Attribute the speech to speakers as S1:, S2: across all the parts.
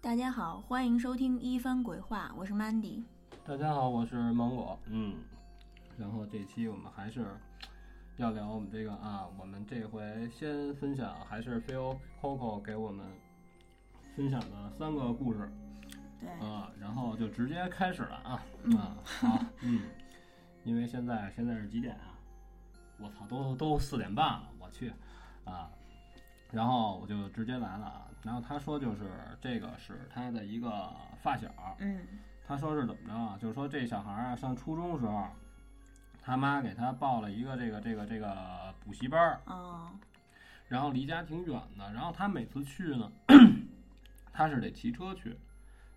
S1: 大家好，欢迎收听《一番鬼话》，我是 Mandy。
S2: 大家好，我是芒果。
S3: 嗯，
S2: 然后这期我们还是要聊我们这个啊，我们这回先分享还是 Phil Coco 给我们分享的三个故事
S1: 对，
S2: 啊，然后就直接开始了啊
S1: 嗯
S2: 啊，好，嗯，因为现在现在是几点啊？我操，都都四点半了，我去啊！然后我就直接来了啊。然后他说，就是这个是他的一个发小，
S1: 嗯
S2: 他说是怎么着啊？就是说这小孩儿啊，上初中的时候，他妈给他报了一个这个这个这个补习班儿，
S1: 哦，
S2: 然后离家挺远的，然后他每次去呢，他是得骑车去，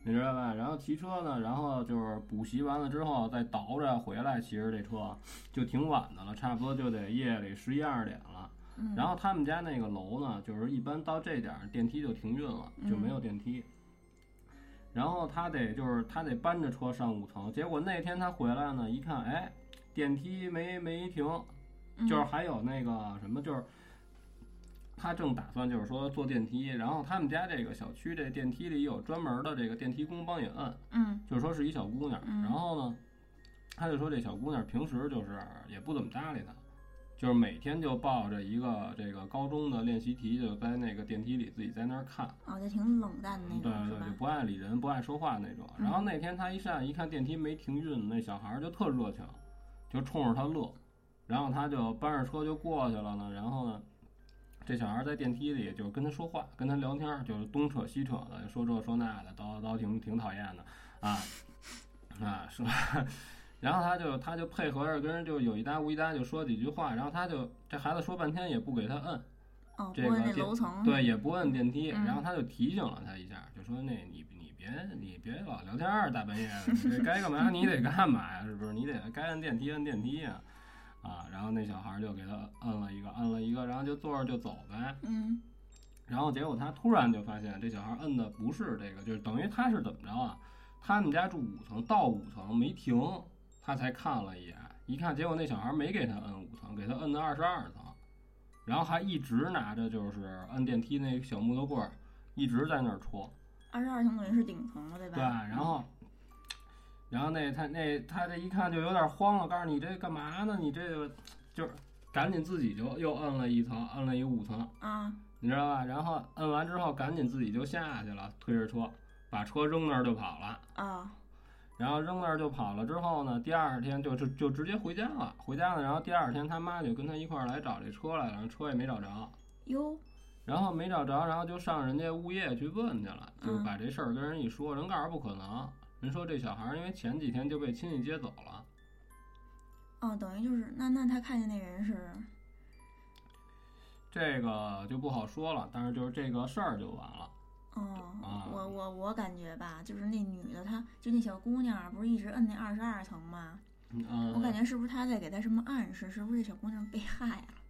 S2: 你知道吧？然后骑车呢，然后就是补习完了之后再倒着回来，骑着这车就挺晚的了，差不多就得夜里十一二点了。
S1: 嗯
S2: 然后他们家那个楼呢，就是一般到这点儿电梯就停运了，就没有电梯。然后他得就是他得搬着车上五层，结果那天他回来呢，一看，哎，电梯没没停，
S1: 嗯
S2: 就是还有那个什么，就是他正打算就是说坐电梯，然后他们家这个小区这电梯里有专门的这个电梯工帮你摁，
S1: 嗯
S2: 就是说是一小姑娘，
S1: 嗯
S2: 然后呢，他就说这小姑娘平时就是也不怎么搭理他，就是每天就抱着一个这个高中的练习题，就在那个电梯里自己在那儿看，
S1: 哦，就挺冷淡的那
S2: 嗯对
S1: 种，是
S2: 对，就
S1: 吧？
S2: 不爱理人，不爱说话那种。
S1: 嗯
S2: 然后那天他一上一看电梯没停运，那小孩儿就特热情，就冲着他乐，然后他就搬着车就过去了呢，然后呢。这小孩儿在电梯里就跟他说话，跟他聊天儿，就是东扯西扯的，说这说那的，叨叨挺挺讨厌的啊 啊是吧？ 然后他就他就配合着跟人就有一搭无一搭就说几句话，然后他就这孩子说半天也不给他摁，
S1: 哦，
S2: 这
S1: 过
S2: 个
S1: 那
S2: 电
S1: 楼层，
S2: 对，也不摁电梯，
S1: 嗯
S2: 然后他就提醒了他一下，就说那你你别你别老聊天儿，大半夜的，你这该干嘛你得干嘛呀，是不是？你得该摁电梯摁电梯呀、啊，然后那小孩儿就给他摁了一个摁了一个，然后就坐着就走呗。
S1: 嗯
S2: 然后结果他突然就发现这小孩儿摁的不是这个，就是等于他是怎么着啊？他们家住五层，到五层没停，他才看了一眼，一看结果那小孩儿没给他摁五层，给他摁的二十二层，然后还一直拿着就是摁电梯那小木头棍儿，一直在那儿戳。
S1: 二十二层等于是顶层了，对吧？
S2: 对，然后，然后那他那他这一看就有点慌了，告诉你这干嘛呢？你这个就是赶紧自己就又摁了一层，摁了一五层，
S1: 啊，
S2: 你知道吧？然后摁完之后，赶紧自己就下去了，推着车，把车扔那儿就跑了。
S1: 哦，
S2: 然后扔那儿就跑了之后呢，第二天就就就直接回家了，回家了。然后第二天他妈就跟他一块儿来找这车来了，然后车也没找着，
S1: 哟，
S2: 然后没找着，然后就上人家物业去问去了，
S1: 嗯
S2: 就是把这事儿跟人一说，人告诉不可能，人说这小孩儿因为前几天就被亲戚接走了，
S1: 哦，等于就是那那他看见那人是，
S2: 这个就不好说了，但是就是这个事儿就完了。
S1: 哦，
S2: 啊
S1: 我我我感觉吧，就是那女的她，就那小姑娘儿啊不是一直摁那二十二层吗？
S2: 嗯，
S1: 我感觉是不是她在给她什么暗示？是不是这小姑娘被害啊了？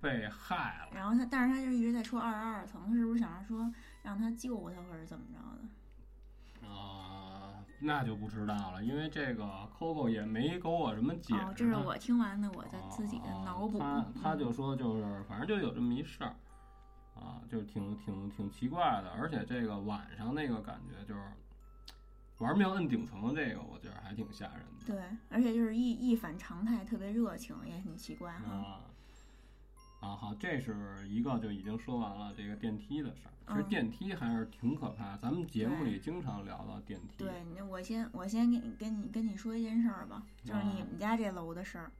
S2: 被害了，
S1: 然后他，但是他就一直在说二十二层，他是不是想着说让他救他，或者怎么着的？
S2: 啊、那就不知道了，因为这个 Coco 也没给我什么解释呢。
S1: 哦，这是我听完的，我在自己的脑补。
S2: 哦他他
S1: 嗯
S2: 就说就是，反正就有这么一事儿，啊，就是挺挺挺奇怪的，而且这个晚上那个感觉就是玩命摁顶层，这个我觉得还挺吓人的
S1: 对，而且就是一一反常态，特别热情，也很奇怪哈。
S2: 啊。啊，好，这是一个就已经说完了这个电梯的事儿。其实
S1: 嗯
S2: 电梯还是挺可怕，咱们节目里经常聊到电梯。
S1: 对，那我先我先跟你跟你跟你说一件事儿吧，就是你们家这楼的事儿，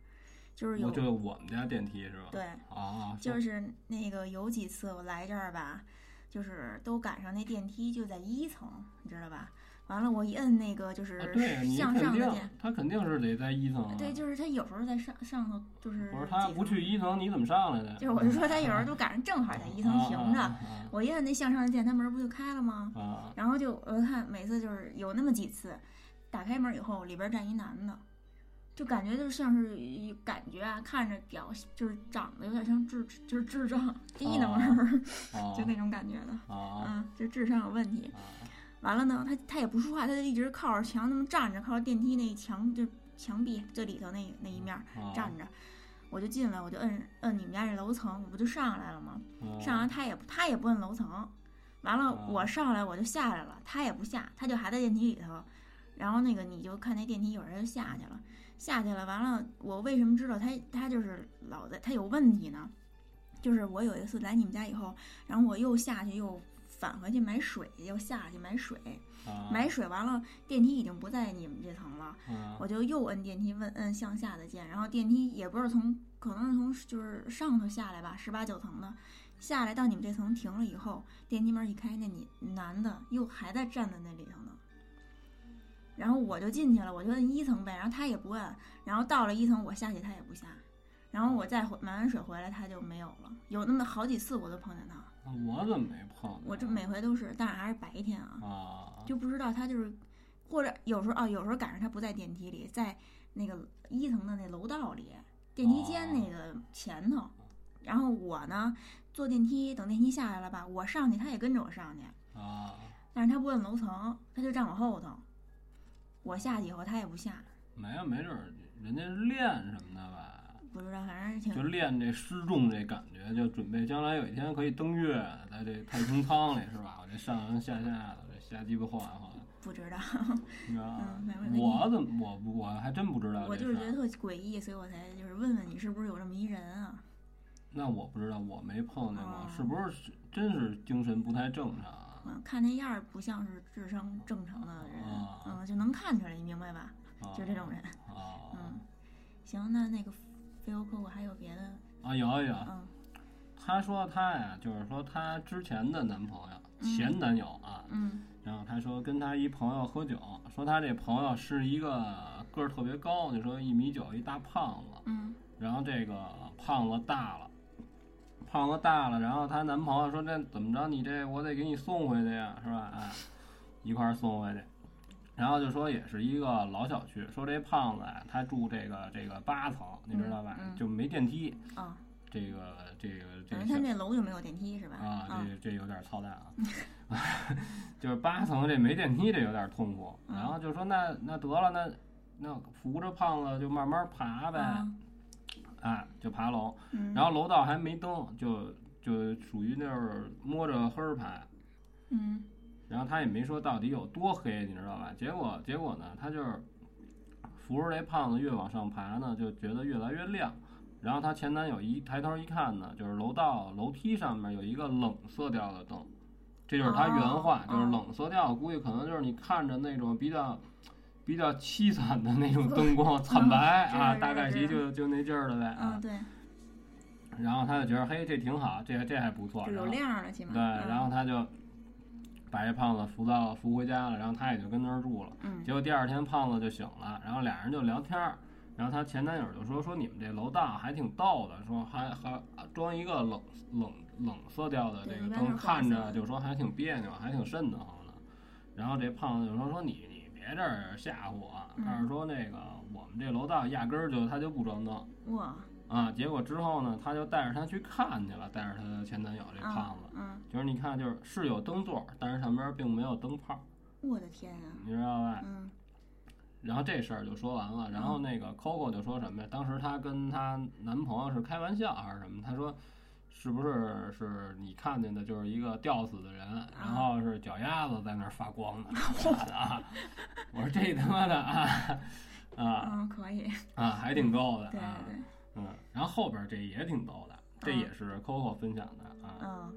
S1: 就是有
S2: 哦我就我们家电梯是吧？
S1: 对，
S2: 啊，
S1: 就是是那个有几次我来这儿吧，就是都赶上那电梯就在一层，你知道吧？完了我一摁那个就是
S2: 啊，对你
S1: 呃向上
S2: 肯
S1: 的
S2: 定
S1: 键。，
S2: 他肯定是得在一层啊。
S1: 对，就是他有时候在上上头，就是
S2: 不是他
S1: 几
S2: 不
S1: 层
S2: 去，一层，你怎么上来的呀？
S1: 就是我是说他有时候就赶上正好在一层停着，
S2: 啊
S1: 我一按那向上的键，他门不就开了吗？
S2: 啊啊
S1: 然后就我看每次就是有那么几次，打开门以后里边站一男的，就感觉就像是感觉啊，看着表就是长得有点像智就是智障低能儿，
S2: 啊 啊
S1: 就那嗯种感觉的，
S2: 啊
S1: 嗯，就智商有问题。
S2: 啊
S1: 完了呢，他他也不说话，他就一直靠着墙那么站着，靠着电梯那墙就墙壁最里头那那一面。
S2: 啊
S1: 站着，我就进来，我就摁摁你们家这楼层，我不就上来了吗？
S2: 啊
S1: 上来他也他也不摁楼层，完了
S2: 啊，
S1: 我上来我就下来了，他也不下，他就还在电梯里头。然后那个你就看那电梯有人就下去了，下去了。完了，我为什么知道他他就是老在他有问题呢？就是我有一次来你们家以后，然后我又下去又返回去买水，又下去买水，
S2: 啊，
S1: 买水完了电梯已经不在你们这层了，
S2: 啊
S1: 我就又摁电梯问摁向下的键，然后电梯也不是从，可能是从就是上头下来吧，十八九层的，下来到你们这层停了以后，电梯门一开，那你男的又还在站在那里头呢。然后我就进去了，我就摁一层呗，然后他也不摁，然后到了一层我下去他也不下，然后我再回买完水回来他就没有了，有那么好几次我都碰见他，
S2: 我怎么没碰呢？
S1: 我这每回都是，但是还是白天啊，
S2: 啊，
S1: 就不知道他就是，或者有时候啊，有时候赶上他不在电梯里，在那个一层的那楼道里，电梯
S2: 哦
S1: 间那个前头。然后我呢，坐电梯，等电梯下来了吧，我上去，他也跟着我上去，
S2: 啊，
S1: 但是他不摁楼层，他就站我后头。我下去以后，他也不下，
S2: 没有，没准儿人家是练什么的吧。
S1: 不知道，反正
S2: 就
S1: 挺
S2: 练这失重这感觉，就准备将来有一天可以登月，在这太空舱里是吧？我这上上下下的，这瞎鸡巴晃来晃去，
S1: 不知道。
S2: 你知道吗
S1: 嗯没问？题
S2: 啊我怎么我不我还真不知道
S1: 我
S2: 这
S1: 就
S2: 事
S1: 是觉得
S2: 儿。
S1: 特诡异，所以我才就是问问你是不是有这么一人啊？
S2: 那我不知道，我没碰见过
S1: 哦，
S2: 是不是真是精神不太正常啊？
S1: 嗯，看那样儿不像是智商正常的人，
S2: 哦
S1: 嗯，就能看出来，你明白吧？就这种人。
S2: 啊
S1: 嗯，行，那那个菲欧克，我还有别的，
S2: 啊有有，
S1: 嗯
S2: 她说她呀，就是说她之前的男朋友
S1: 嗯
S2: 前男友啊，
S1: 嗯
S2: 然后她说跟她一朋友喝酒，说她这朋友是一个个儿特别高，就说一米九一大胖子，
S1: 嗯
S2: 然后这个胖子大了，胖子大了，然后她男朋友说这怎么着，你这我得给你送回去呀，是吧？哎，一块儿送回去。然后就说也是一个老小区，说这胖子啊，他住这个这个八层，你知道吧？
S1: 嗯嗯
S2: 就没电梯，
S1: 啊，
S2: 这个这个这
S1: 等
S2: 个
S1: 于
S2: 小
S1: 他那楼就没有电梯是吧？
S2: 啊，这这有点操 蛋啊，就是八层这没电梯，这有点痛苦。
S1: 嗯
S2: 然后就说那那得了，那那扶着胖子就慢慢爬呗，
S1: 啊
S2: 啊，就爬楼。
S1: 嗯，
S2: 然后楼道还没灯，就就属于那儿摸着黑儿爬。
S1: 嗯
S2: 然后他也没说到底有多黑，你知道吧？结果结果呢，他就是扶着这胖子越往上爬呢，就觉得越来越亮。然后她前男友一抬头一看呢，就是楼道楼梯上面有一个冷色调的灯，这就是他原话，
S1: 哦
S2: 就是冷色调，估计可能就是你看着那种比较比较凄惨的那种灯光，惨白、
S1: 知道
S2: 啊，
S1: 知道
S2: 大概其
S1: 知道
S2: 就就那劲儿了呗。
S1: 啊，对，
S2: 然后他就觉得嘿，这挺好，这这还不错。
S1: 就有
S2: 然后
S1: 亮儿了起码，嗯
S2: 对，然后他就把这胖子扶到扶回家了，然后他也就跟那儿住了。
S1: 嗯
S2: 结果第二天胖子就醒了，然后俩人就聊天儿，然后她前男友就说说你们这楼道还挺逗的，说还还装一个冷冷冷色调的这
S1: 对
S2: 个
S1: 一般都是
S2: 灯，
S1: 黄
S2: 看
S1: 色
S2: 着
S1: 的
S2: 就说还挺别扭，还挺瘆得慌的。然后这胖子就说说你你别这儿吓唬我，
S1: 嗯
S2: 他是说那个我们这楼道压根儿就他就不装灯。
S1: 嗯哇，
S2: 啊，结果之后呢，她就带着她去看去了，带着她的前男友这胖
S1: 啊
S2: 子，
S1: 嗯，
S2: 就是你看，就是是有灯座，但是上边并没有灯泡，
S1: 我的天啊，
S2: 你知道吧？
S1: 嗯
S2: 然后这事儿就说完了。然后那个 Coco 就说什么呀？当时她跟她男朋友是开玩笑还是什么？她说是不是是你看见的就是一个吊死的人，
S1: 啊
S2: 然后是脚丫子在那儿发光呢？ 啊！我说这他妈的啊啊
S1: 嗯，可以，
S2: 啊，还挺够
S1: 对
S2: 的
S1: 对
S2: 啊！
S1: 对，
S2: 嗯，然后后边儿这也挺逗的，这也是 Coco 分享的啊，
S1: 嗯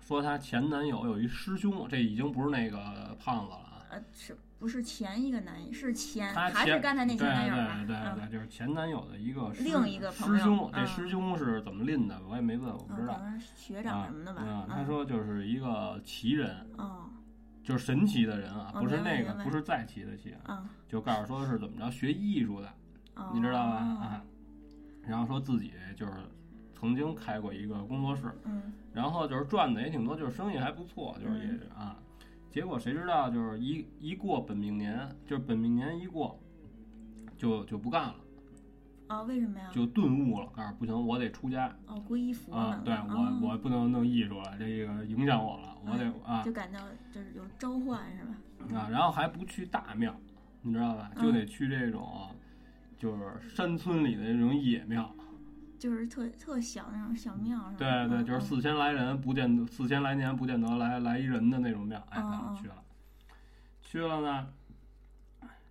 S2: 说她前男友有一师兄，这已经不是那个胖子了啊，
S1: 呃，是不是前一个男是前
S2: 她
S1: 嗯还
S2: 前
S1: 是刚才那前男友
S2: 对对对
S1: 吧？嗯
S2: 对对，就是前男友的一个师
S1: 另一个朋
S2: 师
S1: 友
S2: 兄，这
S1: 嗯
S2: 师兄是怎么拎的，我也没问，我
S1: 嗯，
S2: 不
S1: 嗯，
S2: 知道
S1: 可。能是学长什么的吧
S2: 啊，，他
S1: 嗯
S2: 说就是一个奇人，
S1: 哦，
S2: 就是神奇的人啊，
S1: 哦
S2: 不是
S1: 明白
S2: 那个
S1: 明，白
S2: 不是再奇的奇啊，
S1: 嗯
S2: 就告诉说是怎么着学艺术的，
S1: 哦，
S2: 你知道吧？啊，然后说自己就是曾经开过一个工作室，
S1: 嗯
S2: 然后就是赚的也挺多，就是生意还不错，就是也是啊。结果谁知道，就是一一过本命年，就是本命年一过，就就不干了，
S1: 哦，为什么呀？
S2: 就顿悟了，告诉不行，我得出家
S1: 哦，皈依佛
S2: 啊
S1: 门！
S2: 对
S1: 了
S2: 我
S1: 哦
S2: 我不能弄艺术了，这个影响我了，我得啊
S1: 就感到就是有召唤是吧？
S2: 啊，然后还不去大庙，你知道吧？就得去这种，就是山村里的那种野庙。
S1: 就是特特小那种小庙是吧？
S2: 对对，就是
S1: 嗯
S2: 四千来人不见得，四千来年不见得来来一人的那种庙，哎，
S1: 嗯
S2: 他
S1: 嗯
S2: 就去了，去了呢，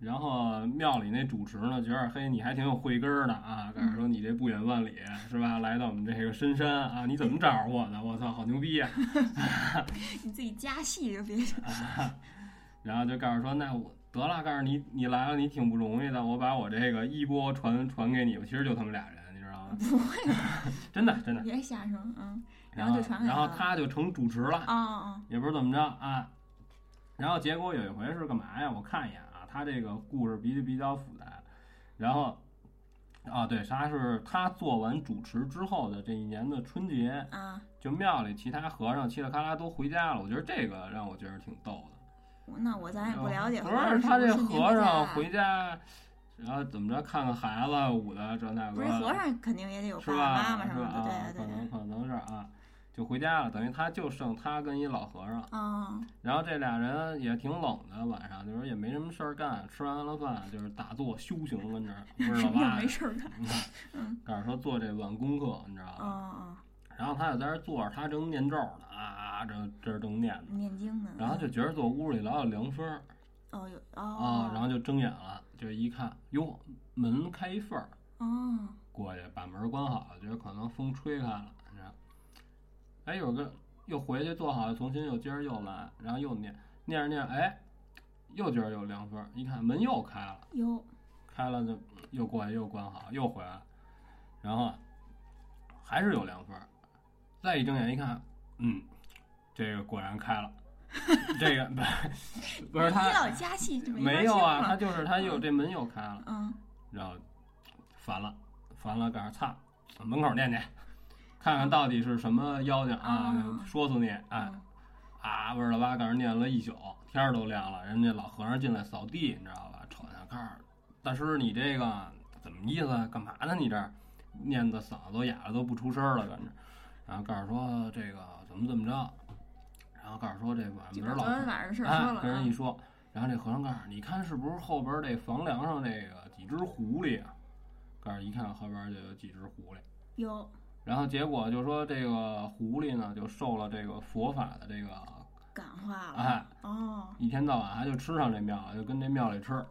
S2: 然后庙里那主持呢觉得嘿，你还挺有慧根儿的啊，
S1: 嗯
S2: 跟人说你这不远万里是吧，来到我们这个深山啊，你怎么找着我的？我操，好牛逼呀、啊
S1: 你自己加戏就别
S2: 然后就告诉说，那我得了，告诉你，你来了，你挺不容易的，我把我这个衣钵传传给你吧。其实就他们俩人，你知道吗？
S1: 不会，
S2: 真的真 的。
S1: 别瞎说，嗯，然
S2: 然
S1: 后
S2: 后
S1: 就传给
S2: 然后
S1: 他了
S2: 他就成主持了，
S1: 哦哦
S2: 也不知道怎么着啊。然后结果有一回是干嘛呀？我看一眼啊，他这个故事比比较复杂。然后啊，对，他是他做完主持之后的这一年的春节，
S1: 哦啊，
S2: 就庙里其他和尚嘁哩喀啦都回家了。我觉得这个让我觉得挺逗的。
S1: 那我咱也哎不了解，
S2: 不
S1: 和尚
S2: 哦是他
S1: 不
S2: 这
S1: 是顺便
S2: 和尚
S1: 在
S2: 回家，然后怎么着看看孩子舞的这那个，
S1: 不是和尚肯定也得有
S2: 是
S1: 爸爸妈
S2: 吧？
S1: 妈
S2: 是
S1: 什
S2: 吧？
S1: 么的，对
S2: 啊
S1: 啊，对
S2: 可能
S1: 对，
S2: 可能是啊，就回家了，等于他就剩他跟一老和尚，
S1: 哦
S2: 然后这俩人也挺冷的，晚上就是也没什么事儿干，吃完了饭就是打坐修行跟这儿，不知道
S1: 什么
S2: 吧
S1: 没？事儿干，嗯
S2: 告诉说做这晚功课，你知道
S1: 哦
S2: 吧？
S1: 哦，
S2: 然后他就在那儿坐着，他正念咒呢，啊，这这正念呢，
S1: 念经呢，
S2: 然后就觉得坐屋里老有凉风儿，
S1: 哦有
S2: 啊
S1: 哦，，
S2: 然后就睁眼了，就一看，哟，门开一缝儿，
S1: 哦
S2: 过去把门关好了，觉得可能风吹开了，然后，哎，有个又回去坐好，重新又接着又来，然后又念念着念着，哎，又觉得有凉风儿，一看门又开了，
S1: 哟
S2: 开了就又过去又关好，又回来，然后啊还是有凉风儿，再一睁眼一看，嗯，这个果然开了，这个不是不是
S1: 你
S2: 他。
S1: 老加戏就
S2: 没
S1: 法
S2: 有
S1: 听
S2: 啊，
S1: 了
S2: 他就是他又这门又开了，
S1: 嗯
S2: 然后烦了，烦了，赶上擦，门口念去，看看到底是什么妖精啊，
S1: 啊
S2: 说死你！哎
S1: 嗯
S2: 啊，味儿了吧，赶上念了一宿，天儿都亮了，人家老和尚进来扫地，你知道吧？瞅见告诉大师，你这个怎么意思啊？干嘛呢？你这儿念的嗓子都哑了，都不出声了，跟着。然后告诉说这个怎么怎么着，然后告诉说这晚
S1: 就
S2: 明
S1: 把
S2: 儿
S1: 昨
S2: 老和
S1: 天晚上的事儿
S2: 哎
S1: 说了
S2: 跟人一
S1: 啊，
S2: 说，然后这和尚告诉你看是不是后边这房梁上这个几只狐狸啊？告诉一看后边就有几只狐狸，
S1: 哟
S2: 然后结果就说这个狐狸呢就受了这个佛法的这个，
S1: 啊感化了，
S2: 哎，
S1: 哦
S2: 一天到晚还就吃上这庙，就跟这庙里吃，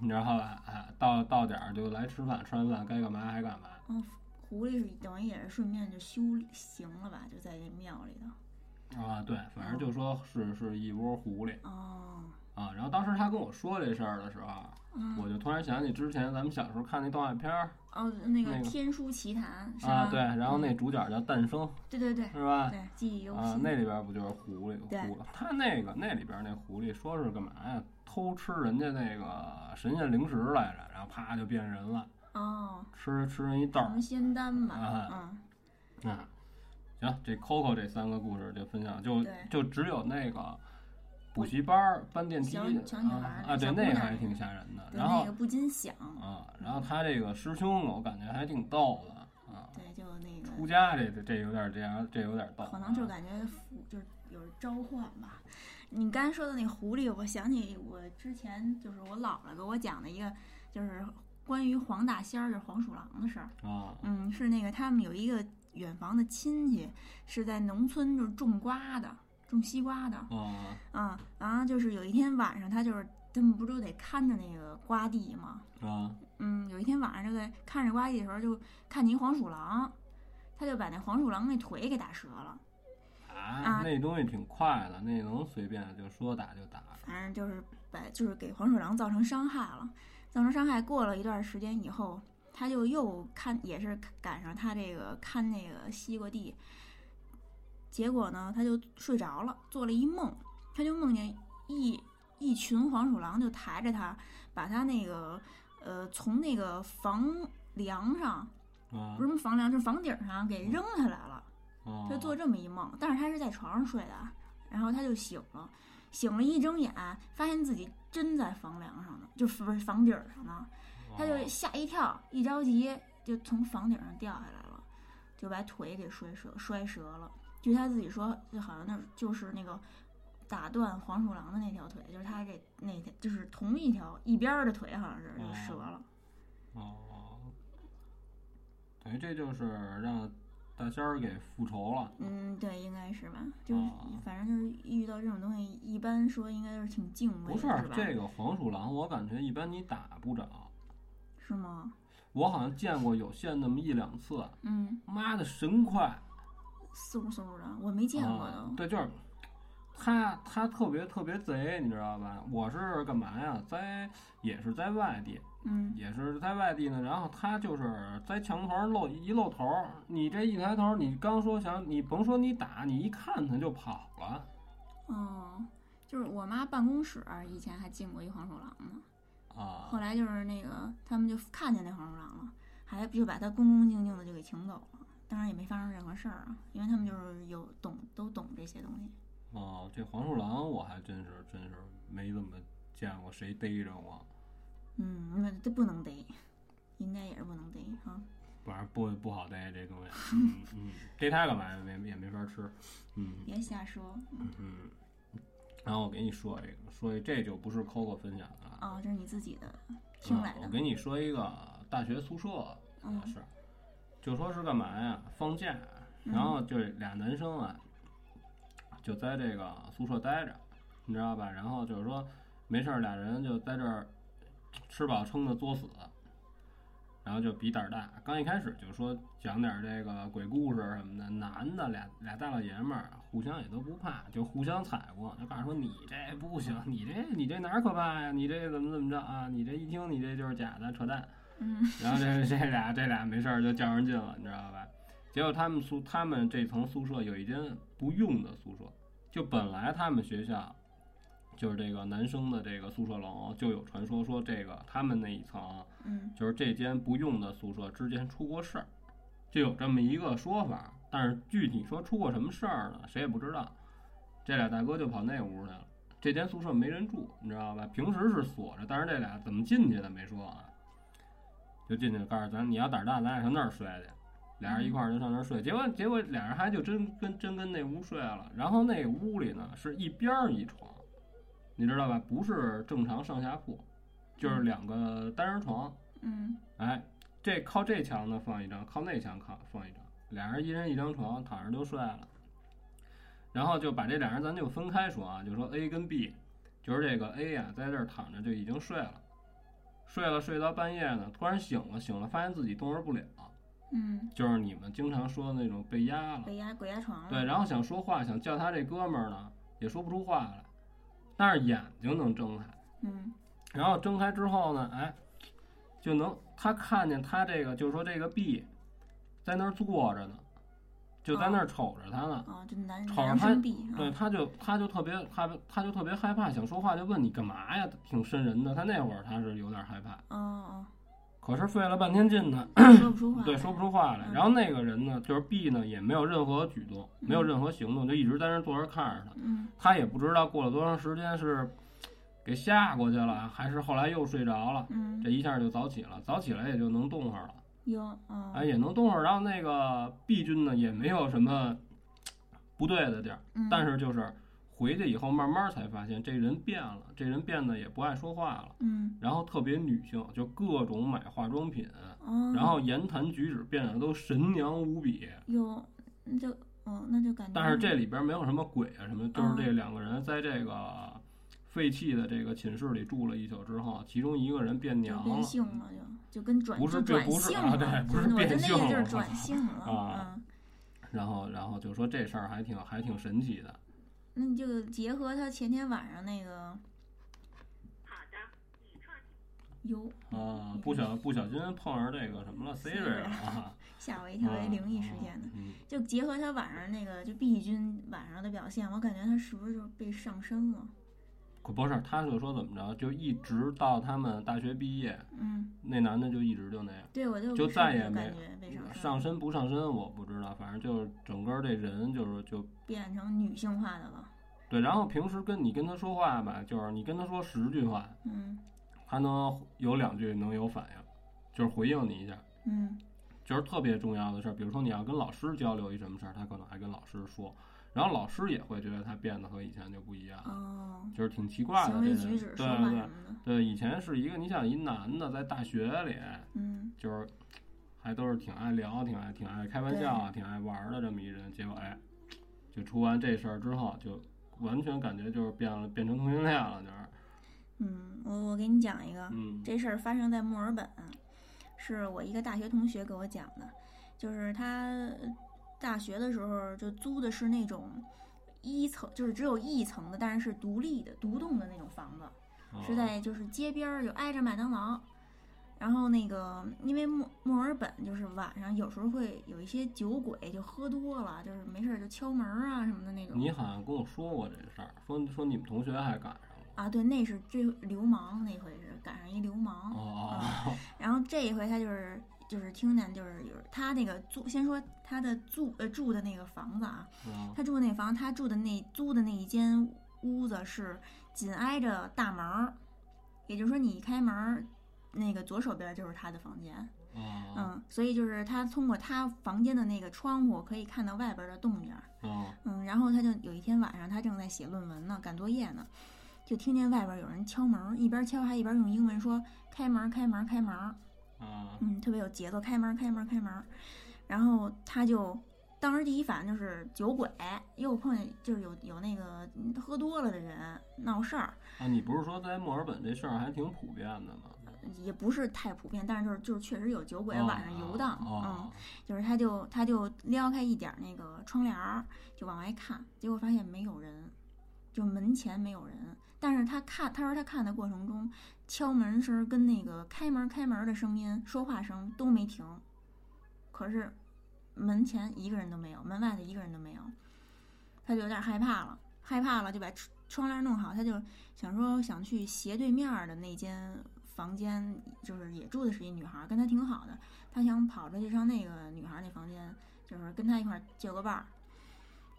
S2: 你知道吧？哎，到到点儿就来吃饭，吃完饭该干嘛还干嘛。
S1: 嗯，狐狸是等于也是顺便就修行了吧，就在这庙里头，
S2: 啊，对，反正就说是是一窝狐狸
S1: 哦
S2: 啊。然后当时他跟我说这事儿的时候啊，
S1: 嗯
S2: 我就突然想起之前咱们小时候看那动画片儿，
S1: 哦那个
S2: 那
S1: 《
S2: 个
S1: 天书奇谭》是
S2: 啊，
S1: 吗
S2: 对，然后那主角叫诞生，
S1: 对对对
S2: 是吧？
S1: 对，记忆犹
S2: 啊，
S1: 新，
S2: 那里边不就是狐狸
S1: 对
S2: 狐狸？他那个那里边那狐狸说是干嘛呀？偷吃人家那个神仙零食来着，然后啪就变人了，
S1: 哦，
S2: 吃吃人一豆
S1: 什
S2: 儿
S1: 么仙丹吧，
S2: 啊
S1: 嗯，
S2: 啊。行，这 Coco 这三个故事就分享，就
S1: 对
S2: 就只有那个补习班儿搬电梯
S1: 小小女孩儿
S2: 啊啊，对，
S1: 小姑
S2: 那个
S1: 娘
S2: 还挺吓人的。
S1: 对
S2: 然
S1: 那
S2: 后
S1: 个不禁想，
S2: 啊，然后他这个师兄，我感觉还挺逗的啊。
S1: 对，就那个
S2: 出家这这有点这样，这有点逗啊。
S1: 可能就感觉符就是有人召唤吧。你刚才说的那狐狸，我想起我之前就是我姥姥给我讲的一个，就是关于黄大仙儿，就是黄鼠狼的事儿。
S2: 啊，
S1: 嗯，是那个他们有一个远房的亲戚是在农村就是种瓜的，种西瓜的
S2: 啊
S1: 啊，然后就是有一天晚上，他就是他们不都得看着那个瓜地吗？
S2: 啊
S1: 嗯，有一天晚上就在看着瓜地的时候，就看见一黄鼠狼，他就把那黄鼠狼那腿给打折了。
S2: 啊！那东西挺快的，那能随便就说打就打。
S1: 反正就是把就是给黄鼠狼造成伤害了，造成伤害过了一段时间以后，他就又看也是赶上他这个看那个西瓜地，结果呢他就睡着了，做了一梦，他就梦见一一群黄鼠狼就抬着他，把他那个呃从那个房梁上
S2: 啊
S1: 不是什么房梁，就是房顶上给扔下来了。
S2: 啊！
S1: 就做这么一梦，但是他是在床上睡的，然后他就醒了，醒了一睁眼，发现自己真在房梁上呢，就不是房顶上呢，
S2: 哦
S1: 他就吓一跳，一着急就从房顶上掉下来了，就把腿给摔折摔折了。据他自己说，就好像那就是那个打断黄鼠狼的那条腿，就是他这那条就是同一
S2: 哦
S1: 条一边儿的腿，好像是就折了。
S2: 啊哦，等于这就是让大仙儿给复仇了。
S1: 嗯，对，应该是吧？就是、
S2: 啊
S1: 反正就是遇到这种东西，一般说应该就是挺敬畏
S2: 不
S1: 的，
S2: 是
S1: 是吧？
S2: 这个黄鼠狼，我感觉一般你打不着。
S1: 是吗？
S2: 我好像见过有现那么一两次，
S1: 嗯，
S2: 妈的神快，
S1: 嗖嗖的，我没见过
S2: 啊
S1: 都。
S2: 对，就是他，他特别特别贼，你知道吧？我是干嘛呀？在也是在外地，
S1: 嗯
S2: 也是在外地呢。然后他就是在墙头上露一露头儿，你这一抬头，你刚说想，你甭说你打，你一看他就跑了
S1: 哦，就是我妈办公室啊以前还进过一黄鼠狼呢，
S2: 啊
S1: 后来就是那个他们就看见那黄鼠狼了，还就把它恭恭敬敬的就给请走了。当然也没发生任何事儿啊，因为他们就是有懂都懂这些东西。
S2: 啊！这黄鼠狼我还真是真是没怎么见过谁逮着过。
S1: 嗯，那这不能逮，应该也是不能逮哈。
S2: 反正不不好逮这东西，嗯嗯，逮它干嘛呀？没也没法吃，嗯
S1: 别瞎说
S2: 嗯。然后我给你说一个，说一这就不是 Coco 分享的啊了，
S1: 哦，这是你自己的听来
S2: 嗯
S1: 的
S2: 我。给你说一个大学宿舍
S1: 嗯
S2: 的事儿，就说是干嘛呀？放假，然后就俩男生啊，就在这个宿舍待着，你知道吧？然后就是说没事儿，俩人就在这儿吃饱撑的作死，然后就比胆儿大。刚一开始就说讲点儿这个鬼故事什么的，男的俩俩大老爷们儿啊互相也都不怕，就互相踩过，就告诉说你这不行，你这你这哪儿可怕呀？你这怎么怎么着啊？你这一听你这就是假的，扯淡。
S1: 嗯
S2: 然后这这俩这俩没事儿就较上劲了，你知道吧？结果他们宿他们这层宿舍有一间不用的宿舍，就本来他们学校就是这个男生的这个宿舍楼就有传说说这个他们那一层
S1: 嗯
S2: 就是这间不用的宿舍之间出过事儿，就有这么一个说法，但是具体说出过什么事儿呢，谁也不知道。这俩大哥就跑那屋去了，这间宿舍没人住，你知道吧？平时是锁着，但是这俩怎么进去的没说啊，就进去了，告诉咱你要胆儿大，咱俩上那儿睡去。俩人一块儿就上那儿睡，结果结果俩人还就真跟真跟那屋睡了。然后那屋里呢是一边儿一床，你知道吧？不是正常上下铺，就是两个单人床，
S1: 嗯
S2: 哎，这靠这墙呢放一张，靠那墙靠放一张，俩人一人一张床，躺着就睡了。然后就把这俩人咱就分开说啊，就说 A 跟 B，就是这个 A 呀、在这儿躺着就已经睡了，睡了睡到半夜呢，突然醒了，醒了发现自己动弹不了，
S1: 嗯，
S2: 就是你们经常说的那种被压了。
S1: 鬼压鬼压床了。
S2: 对，然后想说话，想叫他这哥们儿呢，也说不出话来，但是眼睛能睁开。
S1: 嗯
S2: 然后睁开之后呢，哎，就能他看见他这个，就是说这个 B 在那儿坐着呢，就在那
S1: 啊
S2: 儿瞅着他呢。
S1: 哦，这男
S2: 瞅着
S1: 男
S2: 他
S1: 生币啊。
S2: 对，他就他就特别害，他就特别害怕，想说话就问你干嘛呀，挺瘆人的。他那会儿他是有点害怕，
S1: 哦
S2: 可是费了半天劲呢，
S1: 哦，说不出话来。
S2: 对，说不出话来。
S1: 嗯
S2: 然后那个人呢，就是 B 呢，也没有任何举动，
S1: 嗯
S2: 没有任何行动，就一直在那儿坐着看着他。
S1: 嗯
S2: 他也不知道过了多长时间是给吓过去了，还是后来又睡着了。
S1: 嗯
S2: 这，一下就早起了，早起来也就能动会儿了，
S1: 有哦。
S2: 哎，也能动会儿。然后那个 B 君呢，也没有什么不对的地儿，
S1: 嗯
S2: 但是就是回去以后，慢慢才发现这人变了，这人变得也不爱说话了，
S1: 嗯
S2: 然后特别女性，就各种买化妆品，
S1: 哦，
S2: 然后言谈举止变得都神娘无比。
S1: 嗯有那就哦那就感觉。
S2: 但是这里边没有什么鬼啊什么，就是
S1: 嗯
S2: 这两个人在这个废弃的这个寝室里住了一宿之后，其中一个人变
S1: 就
S2: 娘
S1: 变
S2: 了。
S1: 性了，就就跟转
S2: 不是
S1: 就转
S2: 不是
S1: 性
S2: 啊
S1: 了，
S2: 对不是
S1: 我就
S2: 变
S1: 那
S2: 性
S1: 意思就
S2: 了
S1: 是 转性了。
S2: 啊
S1: 嗯，
S2: 然后，然后就说这事儿还挺还挺神奇的，
S1: 那你就结合他前天晚上那个。哟，
S2: 啊，不小不小心碰上这个什么了 Siri 了啊，
S1: 吓我一跳！
S2: 啊
S1: 这灵异事件呢，
S2: 嗯，
S1: 就结合他晚上那个，就 B 君晚上的表现，我感觉他是不是就被上身了？
S2: 可不是，他就说怎么着，就一直到他们大学毕业，
S1: 嗯，
S2: 那男的就一直就那样，
S1: 对，我就
S2: 就再也没
S1: 感觉被上身了
S2: 上身不上身我不知道，反正就是整个这人就是就
S1: 变成女性化的了。
S2: 对，然后平时跟你跟他说话吧，就是你跟他说十句话，
S1: 嗯
S2: 他能有两句能有反应，就是回应你一下，
S1: 嗯
S2: 就是特别重要的事儿，比如说你要跟老师交流一什么事儿，他可能还跟老师说，然后老师也会觉得他变得和以前就不一样，
S1: 哦，
S2: 就是挺奇怪的。
S1: 行
S2: 这
S1: 为
S2: 人
S1: 举止、说
S2: 对
S1: 话
S2: 对
S1: 什
S2: 对
S1: 么的，
S2: 对，以前是一个你想一男的在大学里，
S1: 嗯
S2: 就是还都是挺爱聊、挺爱、挺爱开玩笑啊、挺爱玩儿的这么一人，结果哎，就出完这事儿之后，就完全感觉就是变了，变成同性恋了，就是，
S1: 嗯，我我给你讲一个，
S2: 嗯
S1: 这事儿发生在墨尔本，是我一个大学同学给我讲的，就是他大学的时候就租的是那种一层，就是只有一层的，但是是独立的、独栋的那种房子，
S2: 啊
S1: 是在就是街边儿，就挨着麦当劳。然后那个，因为墨墨尔本就是晚上有时候会有一些酒鬼就喝多了，就是没事儿就敲门儿啊什么的那种。
S2: 你好像跟我说过这事儿，说说你们同学还赶上了，
S1: 啊，对，那是追流氓那回是赶上一流氓。
S2: 哦哦
S1: 啊然后这一回他就是就是听见就是有他那个租，先说他的住呃住的那个房子啊，
S2: 哦，
S1: 他住的那房，他住的那租的那一间屋子是紧挨着大门儿，也就是说你一开门儿，那个左手边就是他的房间，
S2: 啊啊
S1: 嗯，所以就是他通过他房间的那个窗户可以看到外边的动静儿，
S2: 啊
S1: 嗯，然后他就有一天晚上，他正在写论文呢，赶作业呢，就听见外边有人敲门儿，一边敲还一边用英文说开门儿开门儿开门儿。
S2: 啊
S1: 嗯，特别有节奏，开门儿，开门儿，开门儿。然后他就当时第一反应就是酒鬼，又碰见就是有有那个嗯喝多了的人闹事儿，
S2: 啊！你不是说在墨尔本这事儿还挺普遍的吗？
S1: 也不是太普遍，但是就是就是确实有酒鬼
S2: 哦
S1: 晚上游荡，嗯
S2: 哦，
S1: 就是他就他就撩开一点儿那个窗帘儿，就往外看，结果发现没有人，就门前没有人。但是他看，他说他看的过程中，敲门声儿跟那个开门开门的声音、说话声都没停，可是门前一个人都没有，门外的一个人都没有，他就有点害怕了，害怕了就把窗窗帘弄好，他就想说想去斜对面儿的那间房间，就是也住的是一女孩儿，跟他挺好的，他想跑着去上那个女孩儿那房间，就是跟他一块儿就个伴儿。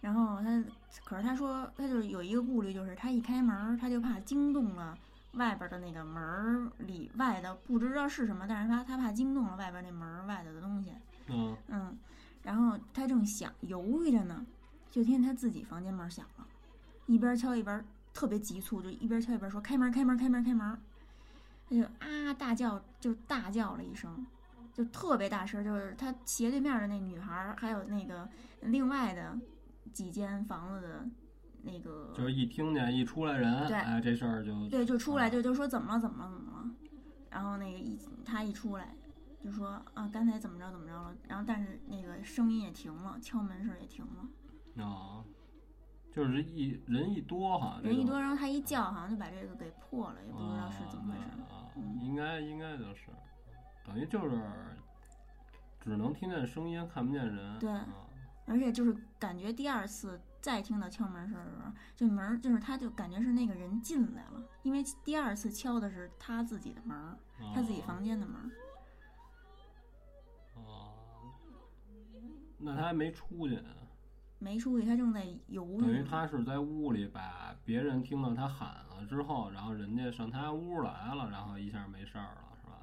S1: 然后他，可是他说他就是有一个顾虑，就是他一开门儿，他就怕惊动了外边儿的那个门儿里外的不知道是什么，但是他他怕惊动了外边儿那门儿外头的东西。
S2: 嗯
S1: 嗯，然后他正想犹豫着呢，就听见他自己房间门响了，一边敲一边特别急促，就一边敲一边说：“开门，开门，开门，开门！”他就啊大叫，就大叫了一声，就特别大声，就是他斜对面的那女孩儿，还有那个另外的几间房子的那个，
S2: 就是一听见一出来人，
S1: 对
S2: 哎，这事儿就
S1: 对，就出来就就说怎么了怎么了怎么了，然后那个一他一出来就说啊刚才怎么着怎么着了，然后但是那个声音也停了，敲门声也停了，
S2: 啊，就是一人一多哈，
S1: 人一
S2: 这种啊
S1: 多，然后他一叫好像就把这个给破了，也不知道是怎么回事。
S2: 啊
S1: 嗯
S2: 应该应该就是，等于就是只能听见声音，看不见人。
S1: 对
S2: 啊
S1: 而且就是感觉第二次再听到敲门声的时候，这门儿就是他就感觉是那个人进来了，因为第二次敲的是他自己的门儿，他
S2: 哦
S1: 自己房间的门儿。
S2: 啊啊那他还没出去呢，
S1: 没出去，他正在犹
S2: 等
S1: 豫
S2: 于
S1: 呢。
S2: 他是在屋里把别人听到他喊了之后，然后人家上他屋来了，然后一下没事儿了，是吧？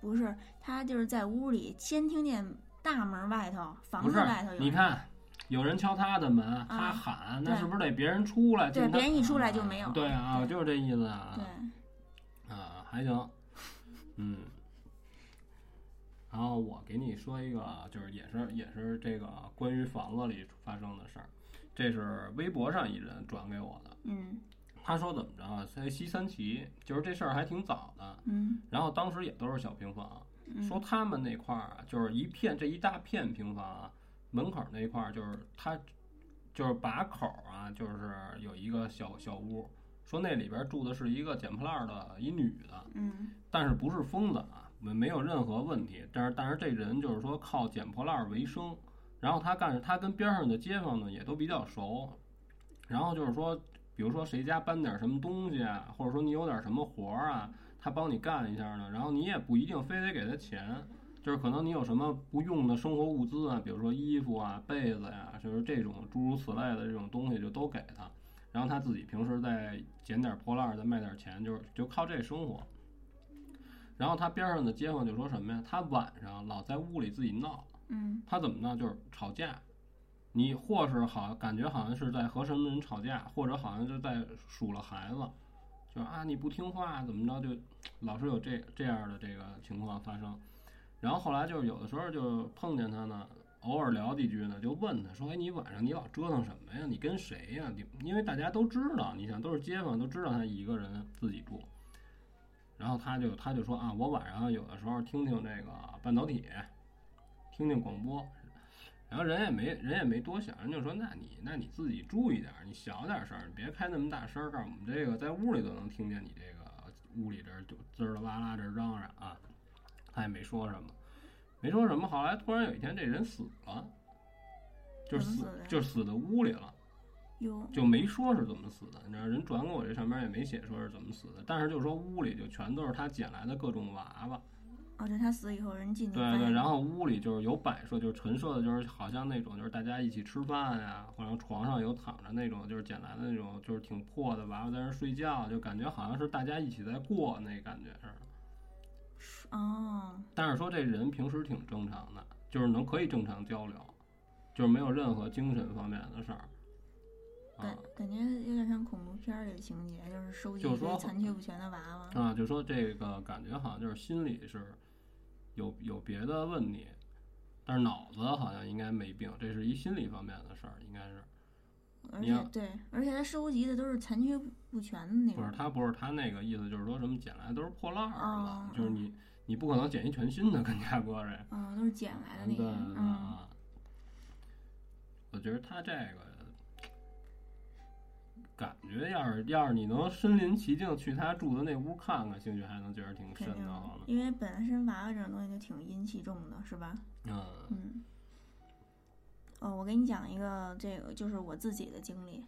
S1: 不是，他就是在屋里先听见大门外头、房
S2: 不
S1: 子
S2: 是
S1: 外头，有
S2: 你
S1: 人，
S2: 看有人敲他的门，他喊，那是不是得别人出来？
S1: 啊对
S2: 进他
S1: 别人一出来就没有了
S2: 对啊，
S1: 对
S2: 就是这意思啊。
S1: 对，
S2: 啊，还行，嗯。然后我给你说一个，就是也是也是这个关于房子里发生的事儿，这是微博上一人转给我的。
S1: 嗯
S2: 他说怎么着啊，在西三旗，就是这事儿还挺早的，
S1: 嗯
S2: 然后当时也都是小平房，
S1: 嗯，
S2: 说他们那块儿啊，就是一片这一大片平房啊，门口那块儿就是他，就是把口儿啊，就是有一个小小屋，说那里边住的是一个捡破烂儿的一女的，
S1: 嗯
S2: 但是不是疯子啊，没没有任何问题，但是但是这人就是说靠捡破烂儿为生，然后他干他跟边上的街坊呢也都比较熟，然后就是说，比如说谁家搬点什么东西啊，或者说你有点什么活儿啊，他帮你干一下呢，然后你也不一定非得给他钱。就是可能你有什么不用的生活物资啊，比如说衣服啊、被子呀、就是这种诸如此类的这种东西，就都给他。然后他自己平时再捡点破烂儿，再卖点钱，就是就靠这生活。然后他边上的街坊就说什么呀？他晚上老在屋里自己闹，
S1: 嗯
S2: 他怎么闹？就是吵架。你或是好感觉好像是在和什么人吵架，或者好像是在数落孩子，就是啊你不听话怎么着，就老是有这这样的这个情况发生。然后后来就是有的时候就碰见他呢，偶尔聊几句呢，就问他说：“哎，你晚上你老折腾什么呀？你跟谁呀？你因为大家都知道，你想都是街坊，都知道他一个人自己住。”然后他就他就说啊，我晚上有的时候听听这个半导体，听听广播，然后人也没人也没多想，人就说那你那你自己注意点儿，你小点儿声儿，你别开那么大声儿，告诉我们这个在屋里都能听见你这个屋里这儿就滋儿啦啦这儿嚷嚷啊，他也没说什么，没说什么。后来突然有一天这人死了，就
S1: 怎么
S2: 死
S1: 死的呀
S2: 就死在屋里了。
S1: 哟，
S2: 就没说是怎么死的，你知道人转给我这上面也没写说是怎么死的，但是就是说屋里就全都是他捡来的各种娃娃，
S1: 哦，就他死以后，人进去
S2: 对对，然
S1: 后
S2: 后屋里就是有摆设，就是陈设的，就是好像那种就是大家一起吃饭呀、或者床上有躺着那种就是捡来的那种就是挺破的娃娃在那儿睡觉，就感觉好像是大家一起在过那感觉似的。
S1: 哦，
S2: 但是说这人平时挺正常的，就是能可以正常交流，就是没有任何精神方面的事儿。啊。
S1: 感感觉有点像恐怖片儿里的情节，就是收集
S2: 就
S1: 一
S2: 是说
S1: 堆残缺不全的娃娃。
S2: 啊，就说这个感觉好像就是心里是有有别的问题，但是脑子好像应该没病，这是一心理方面的事儿，应该是
S1: 而
S2: 嗯你
S1: 且
S2: 要
S1: 对，而且他收集的都是残缺不全的那
S2: 不是
S1: 种。
S2: 他不是他那个意思，就是说什么捡来都是破烂儿嘛，
S1: 哦
S2: 就是你你不可能捡一全新的跟家过来，
S1: 嗯，都是捡来的那些
S2: 对对。对
S1: 嗯，
S2: 啊，我觉得他这个。感觉要是要是你能身临其境去他住的那屋看看，兴许还能觉得挺瘆
S1: 肯定
S2: 得慌的。
S1: 因为本身娃娃这种东西就挺阴气重的，是吧？
S2: 嗯
S1: 嗯，哦，我给你讲一个，这个就是我自己的经历，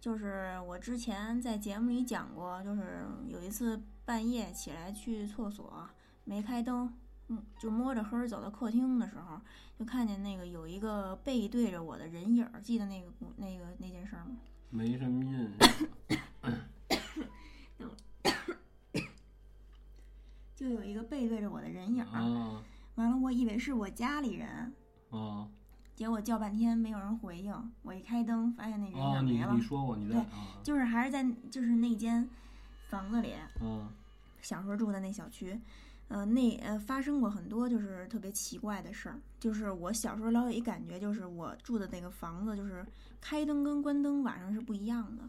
S1: 就是我之前在节目里讲过，就是有一次半夜起来去厕所，没开灯，嗯，就摸着黑儿走到客厅的时候，就看见那个有一个背对着我的人影儿，记得那个故那个那件事儿吗？
S2: 没什么印象。
S1: 就有一个背对着我的人影儿，
S2: 啊
S1: 完了我以为是我家里人，
S2: 啊！
S1: 结果叫半天没有人回应，我一开灯发现那人影
S2: 哦，
S1: 儿
S2: 你
S1: 没了。
S2: 你说过你在
S1: 对
S2: 啊，
S1: 就是还是在就是那间房子里，
S2: 嗯
S1: 小时候住的那小区，呃，那呃发生过很多就是特别奇怪的事儿。就是我小时候老有一感觉，就是我住的那个房子，就是开灯跟关灯晚上是不一样的。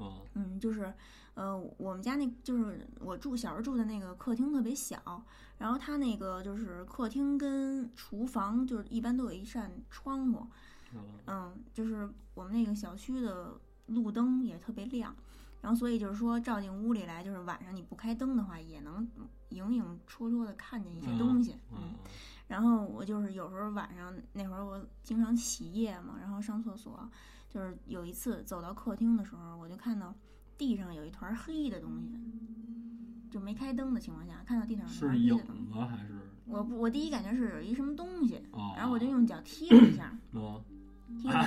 S2: 嗯
S1: 嗯，就是，呃，我们家那就是我住小时候住的那个客厅特别小，然后它那个就是客厅跟厨房就是一般都有一扇窗户，
S2: 嗯
S1: 嗯，就是我们那个小区的路灯也特别亮，然后所以就是说照进屋里来，就是晚上你不开灯的话，也能影影绰绰的看见一些东西。
S2: 嗯
S1: 然后我就是有时候晚上那会儿我经常起夜嘛，然后上厕所，就是有一次走到客厅的时候，我就看到地上有一团黑的东西，就没开灯的情况下，看到地上有一团黑
S2: 是影
S1: 的东西。
S2: 子还是
S1: 我不，我第一感觉是有一什么东西，
S2: 哦？
S1: 然后我就用脚踢了一下，
S2: 嗯，
S1: 踢了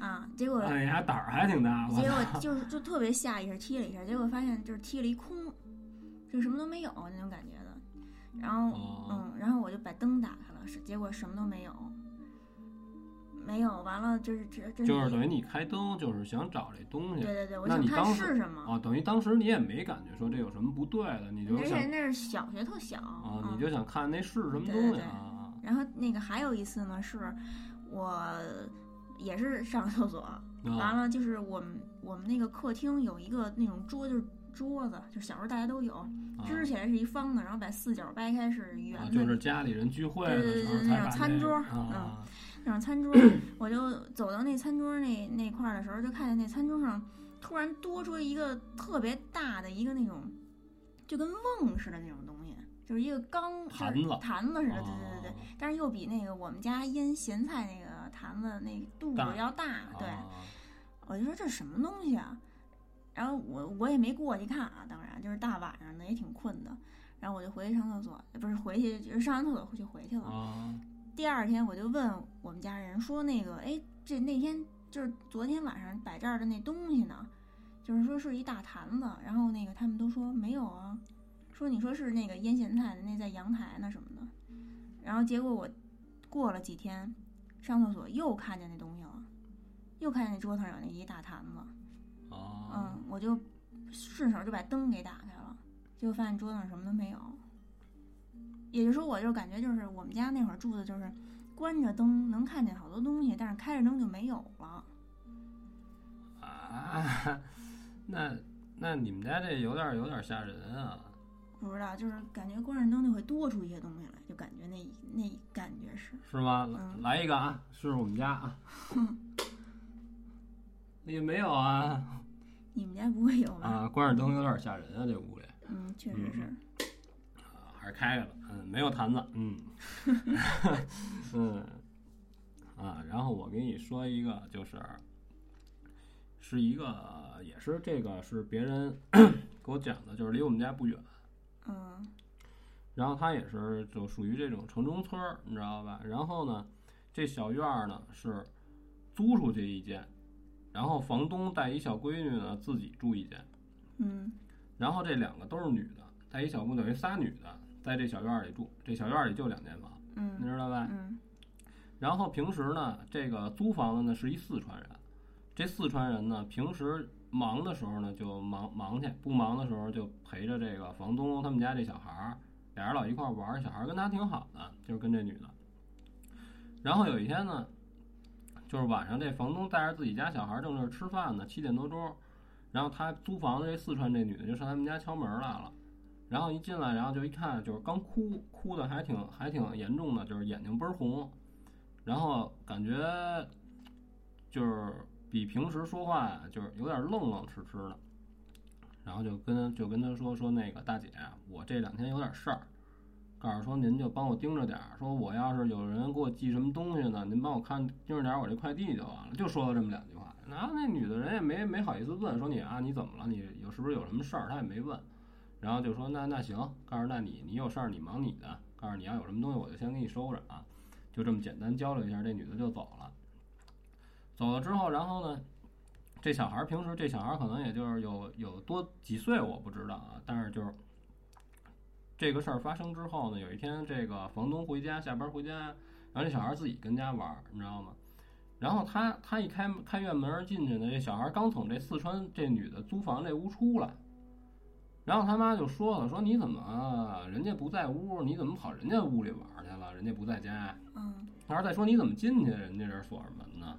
S1: 啊，结果
S2: 哎呀，胆儿还挺大，我
S1: 结果就是就特别下意识踢了一下，结果发现就是踢了一空，就什么都没有那种感觉的。然后，
S2: 哦
S1: 嗯，然后我就把灯打开了，是结果什么都没有，没有。完了，就是这这
S2: 就是等于你开灯就是想找这东
S1: 嗯对
S2: 西
S1: 对对，我
S2: 那
S1: 想
S2: 你
S1: 看
S2: 当时
S1: 是什么。
S2: 啊，等于当时你也没感觉说这有什么不对的，你就
S1: 而且
S2: 想
S1: 那是小学特小
S2: 啊，
S1: 嗯
S2: 你就想看那是什么
S1: 对
S2: 东
S1: 对
S2: 西
S1: 对
S2: 啊
S1: 然后那个还有一次呢，是我也是上厕所，完
S2: 啊
S1: 了就是我们我们那个客厅有一个那种桌，就是桌子，就小时候大家都有，
S2: 啊
S1: 支起来是一方的，然后把四角掰开是圆
S2: 啊，
S1: 的，
S2: 就是家里人聚会的时候
S1: 对对对
S2: 才把
S1: 对那种餐桌
S2: 这啊
S1: 那种餐桌。
S2: 嗯
S1: 我就走到那餐桌那那块儿的时候，就看见那餐桌上突然多出一个特别大的一个那种，就跟瓮似的那种东西，就是一个缸嗯就是
S2: 盘子
S1: 坛子似的，对对对对
S2: 啊。
S1: 但是又比那个我们家腌咸菜那个坛子那肚子
S2: 大
S1: 要大，对。
S2: 啊
S1: 我就说这是什么东西啊？然后我我也没过去看啊，当然就是大晚上的也挺困的，然后我就回去上厕所，呃不是回去就是上完厕所就回去了。
S2: 啊
S1: 第二天我就问我们家人说那个，哎，这那天就是昨天晚上摆这儿的那东西呢，就是说是一大坛子，然后那个他们都说没有啊，说你说是那个腌咸菜的那在阳台呢什么的，然后结果我过了几天上厕所又看见那东西了，又看见那桌子上有那一大坛子，
S2: 啊
S1: 嗯，我就顺手就把灯给打开了，结果发现桌子上什么都没有，也就是说，我就是感觉就是我们家那会儿住的就是关着灯能看见好多东西，但是开着灯就没有了。
S2: 啊， 那那你们家这有点有点吓人啊！
S1: 不知道，就是感觉关着灯就会多出一些东西来，就感觉那那感觉是
S2: 是吗？
S1: 嗯
S2: 来一个啊，试试我们家啊。 也没有啊
S1: 你们家不会有吧？
S2: 啊，关着灯有点吓人啊，这屋里
S1: 嗯，确实是。
S2: 啊还是开着了，嗯，没有坛子，嗯， 嗯啊，然后我给你说一个，就是是一个也是这个是别人 给我讲的，就是离我们家不远。
S1: 嗯
S2: 然后它也是就属于这种城中村儿，你知道吧？然后呢，这小院儿呢是租出去一间，然后房东带一小闺女呢自己住一间，
S1: 嗯
S2: 然后这两个都是女的，带一小姑等于仨女的在这小院儿里住，这小院儿里就两间房，你
S1: 嗯
S2: 知道吧？
S1: 嗯
S2: 然后平时呢，这个租房的呢是一四川人，这四川人呢平时忙的时候呢就忙忙去，不忙的时候就陪着这个房东他们家这小孩儿，俩人老一块儿玩儿，小孩儿跟他挺好的，就是跟这女的。然后有一天呢，就是晚上这房东带着自己家小孩儿正这儿吃饭呢，七点多钟，然后他租房的这四川这女的就上他们家敲门来了。然后一进来，然后就一看，就是刚哭，哭的还挺还挺严重的，就是眼睛倍儿红，然后感觉就是比平时说话就是有点愣愣迟迟的，然后就跟就跟他说说那个大姐，啊我这两天有点事儿，告诉说您就帮我盯着点儿，说我要是有人给我寄什么东西呢，您帮我看盯着点儿我这快递就完了，就说了这么两句话。然后那女的人也没没好意思问，说你啊你怎么了？你有是不是有什么事儿？她也没问，然后就说那那行，告诉那你你有事儿你忙你的，告诉你要有什么东西我就先给你收着啊。就这么简单交流一下，这女的就走了。走了之后，然后呢，这小孩儿平时这小孩儿可能也就是有有多几岁我不知道啊，但是就是这个事儿发生之后呢，有一天这个房东回家下班回家，然后这小孩儿自己跟家玩儿，你知道吗？然后他他一开开院门儿进去呢，这小孩儿刚从这四川这女的租房这屋出来，然后他妈就说了，说你怎么啊人家不在屋，你怎么跑人家屋里玩儿去了？人家不在家呀
S1: 嗯
S2: 然后再说你怎么进去？人家这儿锁着门呢。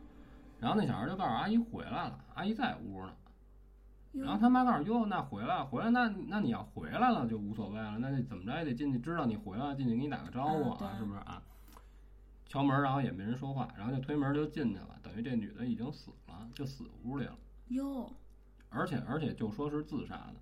S2: 然后那小孩就告诉阿姨回来了，阿姨在屋呢。
S1: 哟
S2: 然后他妈告诉哟，那回来回来，那那你要回来了就无所谓了，那你怎么着也得进去知道你回来了，进去给你打个招呼
S1: 啊对
S2: 啊，是不是啊？敲门，然后也没人说话，然后就推门就进去了，等于这女的已经死了，就死屋里了，
S1: 哟，
S2: 而且而且就说是自杀的。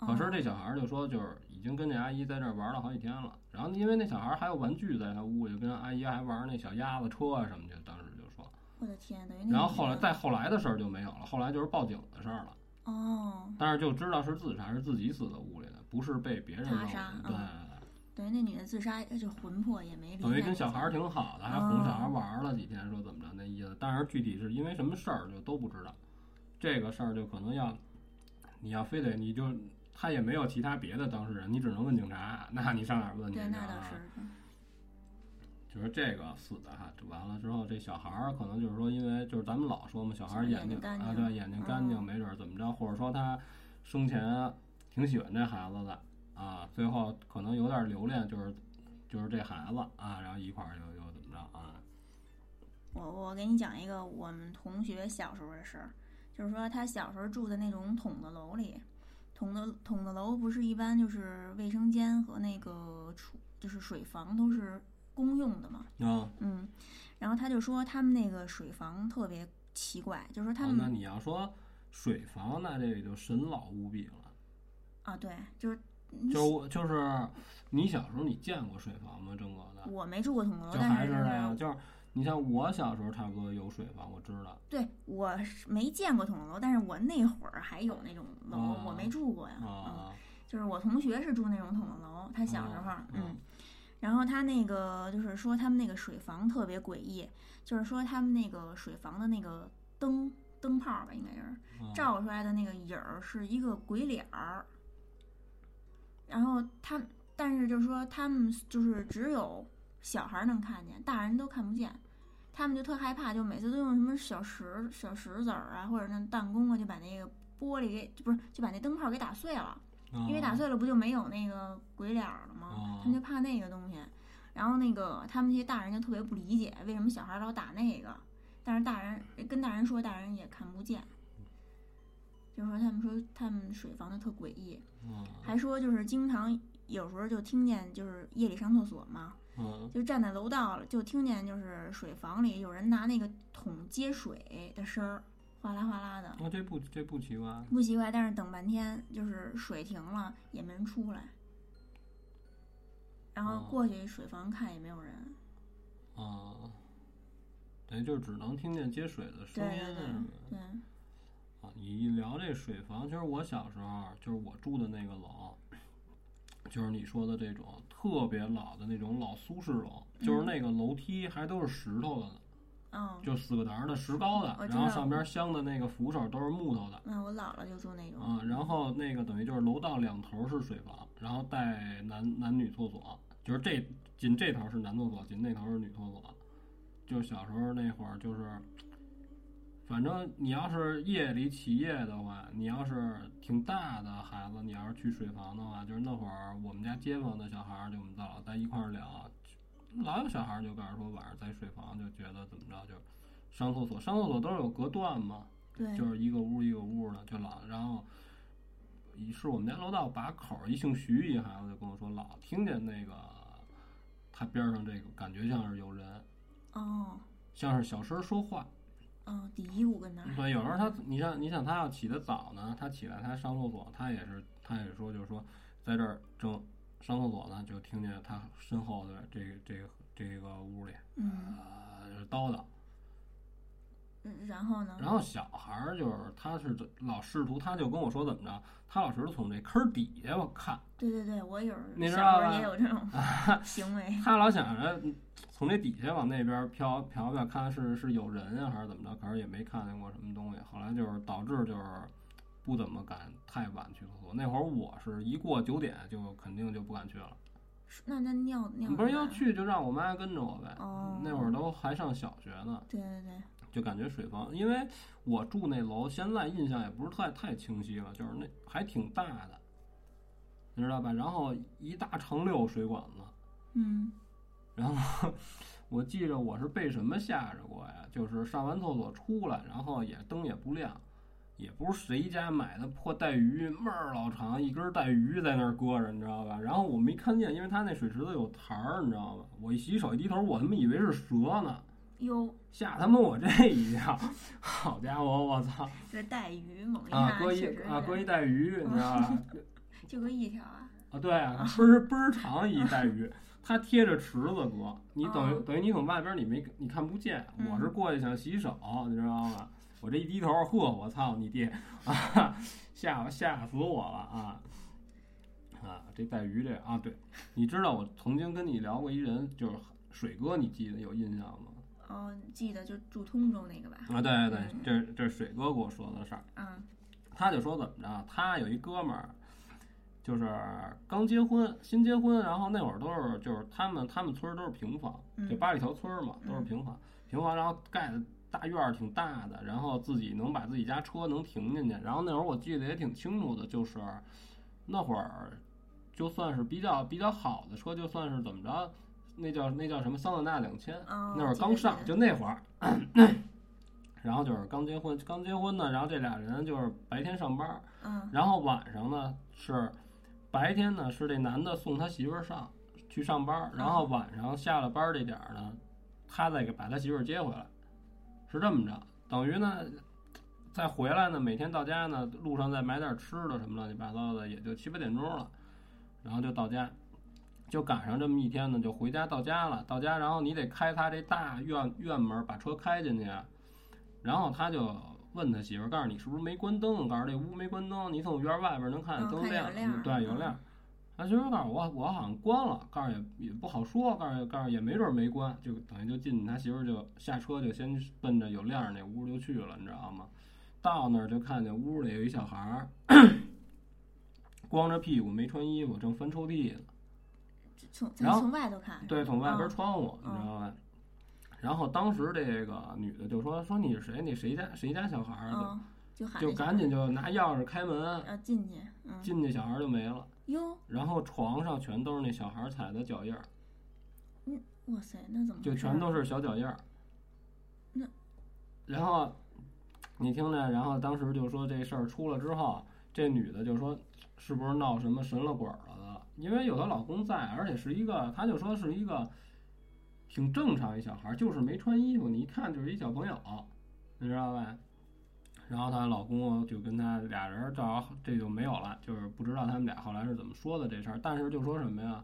S1: 哦
S2: 可是这小孩儿就说，就是已经跟这阿姨在这儿玩了好几天了。然后因为那小孩儿还有玩具在他屋里，跟阿姨还玩那小鸭子车啊什么的，当时就说。
S1: 我的天，等于那
S2: 然后
S1: 女
S2: 后来
S1: 的
S2: 再后来的事儿就没有了，后来就是报警的事儿了。
S1: 哦，
S2: 但是就知道是自杀，是自己死在屋里的，不是被别人弄
S1: 他
S2: 的
S1: 杀。
S2: 对对，
S1: 嗯
S2: 对
S1: 等于那女的自杀，就魂魄也没离开。
S2: 等于跟小孩儿挺好的，还哄小孩儿玩儿了几天，说怎么着那意思。但是具体是因为什么事儿就都不知道。这个事儿就可能要，你要非得你就他也没有其他别的当事人，你只能问警察。那你上哪儿问去？
S1: 对，那
S2: 知道
S1: 倒
S2: 吗
S1: 是。
S2: 就是这个死的哈，完了之后，这小孩儿可能就是说，因为就是咱们老说嘛，小孩儿眼
S1: 眼
S2: 睛
S1: 睛干净
S2: 啊，对，眼睛干净，
S1: 嗯
S2: 没准儿怎么着，或者说他生前挺喜欢这孩子的啊，最后可能有点留恋，就是就是这孩子啊，然后一块儿又又怎么着啊，
S1: 我我给你讲一个我们同学小时候的事儿，就是说他小时候住的那种筒子楼里，筒子筒子楼不是一般就是卫生间和那个厨就是水房都是公用的嘛，
S2: 嗯，
S1: 嗯，然后他就说他们那个水房特别奇怪，就是说他
S2: 啊那
S1: 们
S2: 你要说水房，那这也就神老无比了，
S1: 啊对，就是嗯
S2: 就是我就是你小时候你见过水房吗？郑哥的，
S1: 我没住过筒子楼，
S2: 就
S1: 但
S2: 还是
S1: 就是
S2: 那啊样，就是你像我小时候差不多有水房，我知道。
S1: 对，我是没见过筒子楼，但是我那会儿还有那种楼，我没
S2: 哦
S1: 住过呀。嗯，
S2: 啊，
S1: 就是我同学是住那种筒子楼，他小时候，
S2: 哦
S1: 嗯。
S2: 哦
S1: 然后他那个就是说他们那个水房特别诡异，就是说他们那个水房的那个灯灯泡儿吧，应该是
S2: 啊
S1: 嗯照出来的那个影儿是一个鬼脸儿。然后他，但是就是说他们就是只有小孩儿能看见，大人都看不见。他们就特害怕，就每次都用什么小石小石子儿啊，或者那弹弓啊，就把那个玻璃给就不是就把那灯泡给打碎了。
S2: 因
S1: 因为打碎了不就没有那个鬼脸儿了吗
S2: 嗯哦？
S1: 他们就怕那个东西。然后那个他们这些大人就特别不理解，为什么小孩儿老打那个？但是大人跟大人说，大人也看不见。就是说他们说他们水房的特诡异，
S2: 哦
S1: 还说就是经常有时候就听见就是夜里上厕所嘛，
S2: 嗯
S1: 就站在楼道了，就听见就是水房里有人拿那个桶接水的声儿，哗啦哗啦的。
S2: 那哦这不这不奇怪，
S1: 不奇怪，但是等半天就是水停了也没人出来，然后
S2: 哦
S1: 过去水房看也没有人，
S2: 啊，等于就是只能听见接水的声
S1: 对
S2: 音
S1: 对
S2: 是吗
S1: 对，
S2: 啊，你一聊这水房，其实我小时候就是我住的那个楼，就是你说的这种特别老的那种老苏式楼，就是那个楼梯还都是石头的呢，
S1: 嗯，
S2: 就四个台儿的石膏的
S1: 我，知
S2: 然后
S1: 道
S2: 上边镶的那个扶手都是木头的。
S1: 那我姥姥就住那种，
S2: 啊，然后那个等于就是楼道两头是水房，然后带男男女厕所，就是这仅这头是男厕所，仅那头是女厕所。就小时候那会儿，就是反正你要是夜里起夜的话，你要是挺大的孩子，你要是去水房的话，就是那会儿我们家街坊的小孩儿，就我们大老在一块儿聊，老有小孩儿就告诉说晚上在水房就觉得怎么着，就是上厕所，上厕所都是有隔断嘛，
S1: 对
S2: 就是一个屋一个屋的，就老然后一是我们家楼道把口儿一姓徐一孩子就跟我说，老听见那个他边上这个感觉像是有人，
S1: 哦
S2: 像是小声说话。
S1: 哦嘀咕跟那 儿，
S2: 对，有时候他你像你想他要起得早呢，他起来他上厕所，他也是他也说就是说在这儿正上厕所呢，就听见他身后的这个这个这个屋里
S1: 嗯，
S2: 啊、就是叨叨。
S1: 嗯然后呢？
S2: 然后小孩儿就是，他是怎老试图，他就跟我说怎么着，他老是从这坑儿底下我看，
S1: 对对对，我有时
S2: 你
S1: 候
S2: 知
S1: 小
S2: 道
S1: 时候
S2: 吧
S1: 也有这种 行为，
S2: 他老想着从这底下往那边飘瞟瞟，看是是有人啊还是怎么着，可是也没看见过什么东西。后来就是导致就是不怎么敢太晚去厕所。那会儿我是一过九点就肯定就不敢去了，
S1: 是那那尿尿
S2: 不是
S1: 怎么
S2: 要
S1: 办
S2: 去就让我妈跟着我呗。
S1: 哦，
S2: 那会儿都还上小学呢，
S1: 对对对，
S2: 就感觉水房，因为我住那楼，现在印象也不是太太清晰了，就是那还挺大的，你知道吧？然后一大长溜水管子，
S1: 嗯
S2: 然后我记着我是被什么吓着过呀？就是上完厕所出来，然后也灯也不亮，也不是谁家买的破带鱼，闷儿老长，一根带鱼在那儿搁着，你知道吧？然后我没看见，因为他那水池子有台儿，你知道吗？我一洗手一低头，我他妈以为是蛇呢。
S1: 哟，
S2: 吓他妈我这一跳， 好家伙，我操！
S1: 这带鱼猛一
S2: 啊，
S1: 看，
S2: 搁一
S1: 确实
S2: 啊，
S1: 是
S2: 搁一带鱼，你知道吧？
S1: 就搁一条啊，
S2: 啊，对啊，倍儿倍儿长一带鱼，它贴着池子搁，你等于
S1: 哦
S2: 等于你从外边你没你看不见，
S1: 嗯
S2: 我是过去想洗手，你知道吗？我这一低头，呵，我操你爹 啊，吓我吓死我了啊！啊，这带鱼这啊，对，你知道我曾经跟你聊过一人，就是水哥，你记得有印象吗？
S1: 哦，记得就住通州那个吧，
S2: 啊，对对对
S1: 嗯，
S2: 这这是水哥给我说的事儿，
S1: 嗯
S2: 他就说怎么着，他有一哥们儿，就是刚结婚，新结婚，然后那会儿都是就是他们他们村儿都是平房，
S1: 嗯
S2: 就八里桥村儿嘛，
S1: 嗯
S2: 都是平房，平房，然后盖的大院儿挺大的，然后自己能把自己家车能停进去，然后那会儿我记得也挺清楚的，就是那会儿就算是比较比较好的车，就算是怎么着，那叫那叫什么桑塔纳两千，
S1: 哦，
S2: 那会儿
S1: 记
S2: 刚
S1: 得
S2: 上，
S1: 记得
S2: 就那会儿， 然后就是刚结婚，刚结婚呢，然后这俩人就是白天上班，
S1: 嗯
S2: 然后晚上呢是白天呢是这男的送他媳妇儿上去上班，然
S1: 嗯
S2: 后晚上下了班这点儿呢，他再给把他媳妇儿接回来，是这么着，等于呢。再回来呢，每天到家呢，路上再买点吃的什么乱七八糟的，也就七八点钟了，然后就到家，就赶上这么一天呢，就回家到家了，到家然后你得开他这大院院门，把车开进去，啊然后他就问他媳妇儿，告诉你是不是没关灯？告诉这屋没关灯，你从院外边能看见
S1: 嗯
S2: 灯
S1: 看见
S2: 亮，
S1: 有亮
S2: 嗯对，有
S1: 嗯
S2: 亮。他媳妇儿告诉我，我好像关了，告诉也也不好说，告诉告诉也没准儿没关，就等于就进去，他媳妇儿就下车就先奔着有亮儿那屋就去了，你知道吗？到那儿就看见屋里有一小孩儿，光着屁股没穿衣服，正翻抽屉呢。
S1: 就从
S2: 然后
S1: 咱从外头看，
S2: 对，从外边
S1: 哦
S2: 窗户，你知道吧？然后当时这个女的就说：“说你是谁？你谁家谁家小孩儿啊？”
S1: 嗯就喊
S2: 就
S1: 那小孩
S2: 赶紧就拿钥匙开门，
S1: 要进去，嗯，
S2: 进去小孩就没了。
S1: 哟，
S2: 然后床上全都是那小孩踩的脚印儿，
S1: 哇塞，那怎么
S2: 就
S1: 回事啊
S2: 全
S1: 儿
S2: 都是小脚印儿。
S1: 那，
S2: 然后你听着，然后当时就说这事儿出了之后，这女的就说是不是闹什么神了鬼儿了的？因为有她老公在，而且是一个，她就说是一个挺正常一小孩儿，就是没穿衣服，你一看就是一小朋友，你知道吧？然后她老公就跟她俩人儿正好这就没有了，就是不知道他们俩后来是怎么说的这事儿，但是就说什么呀？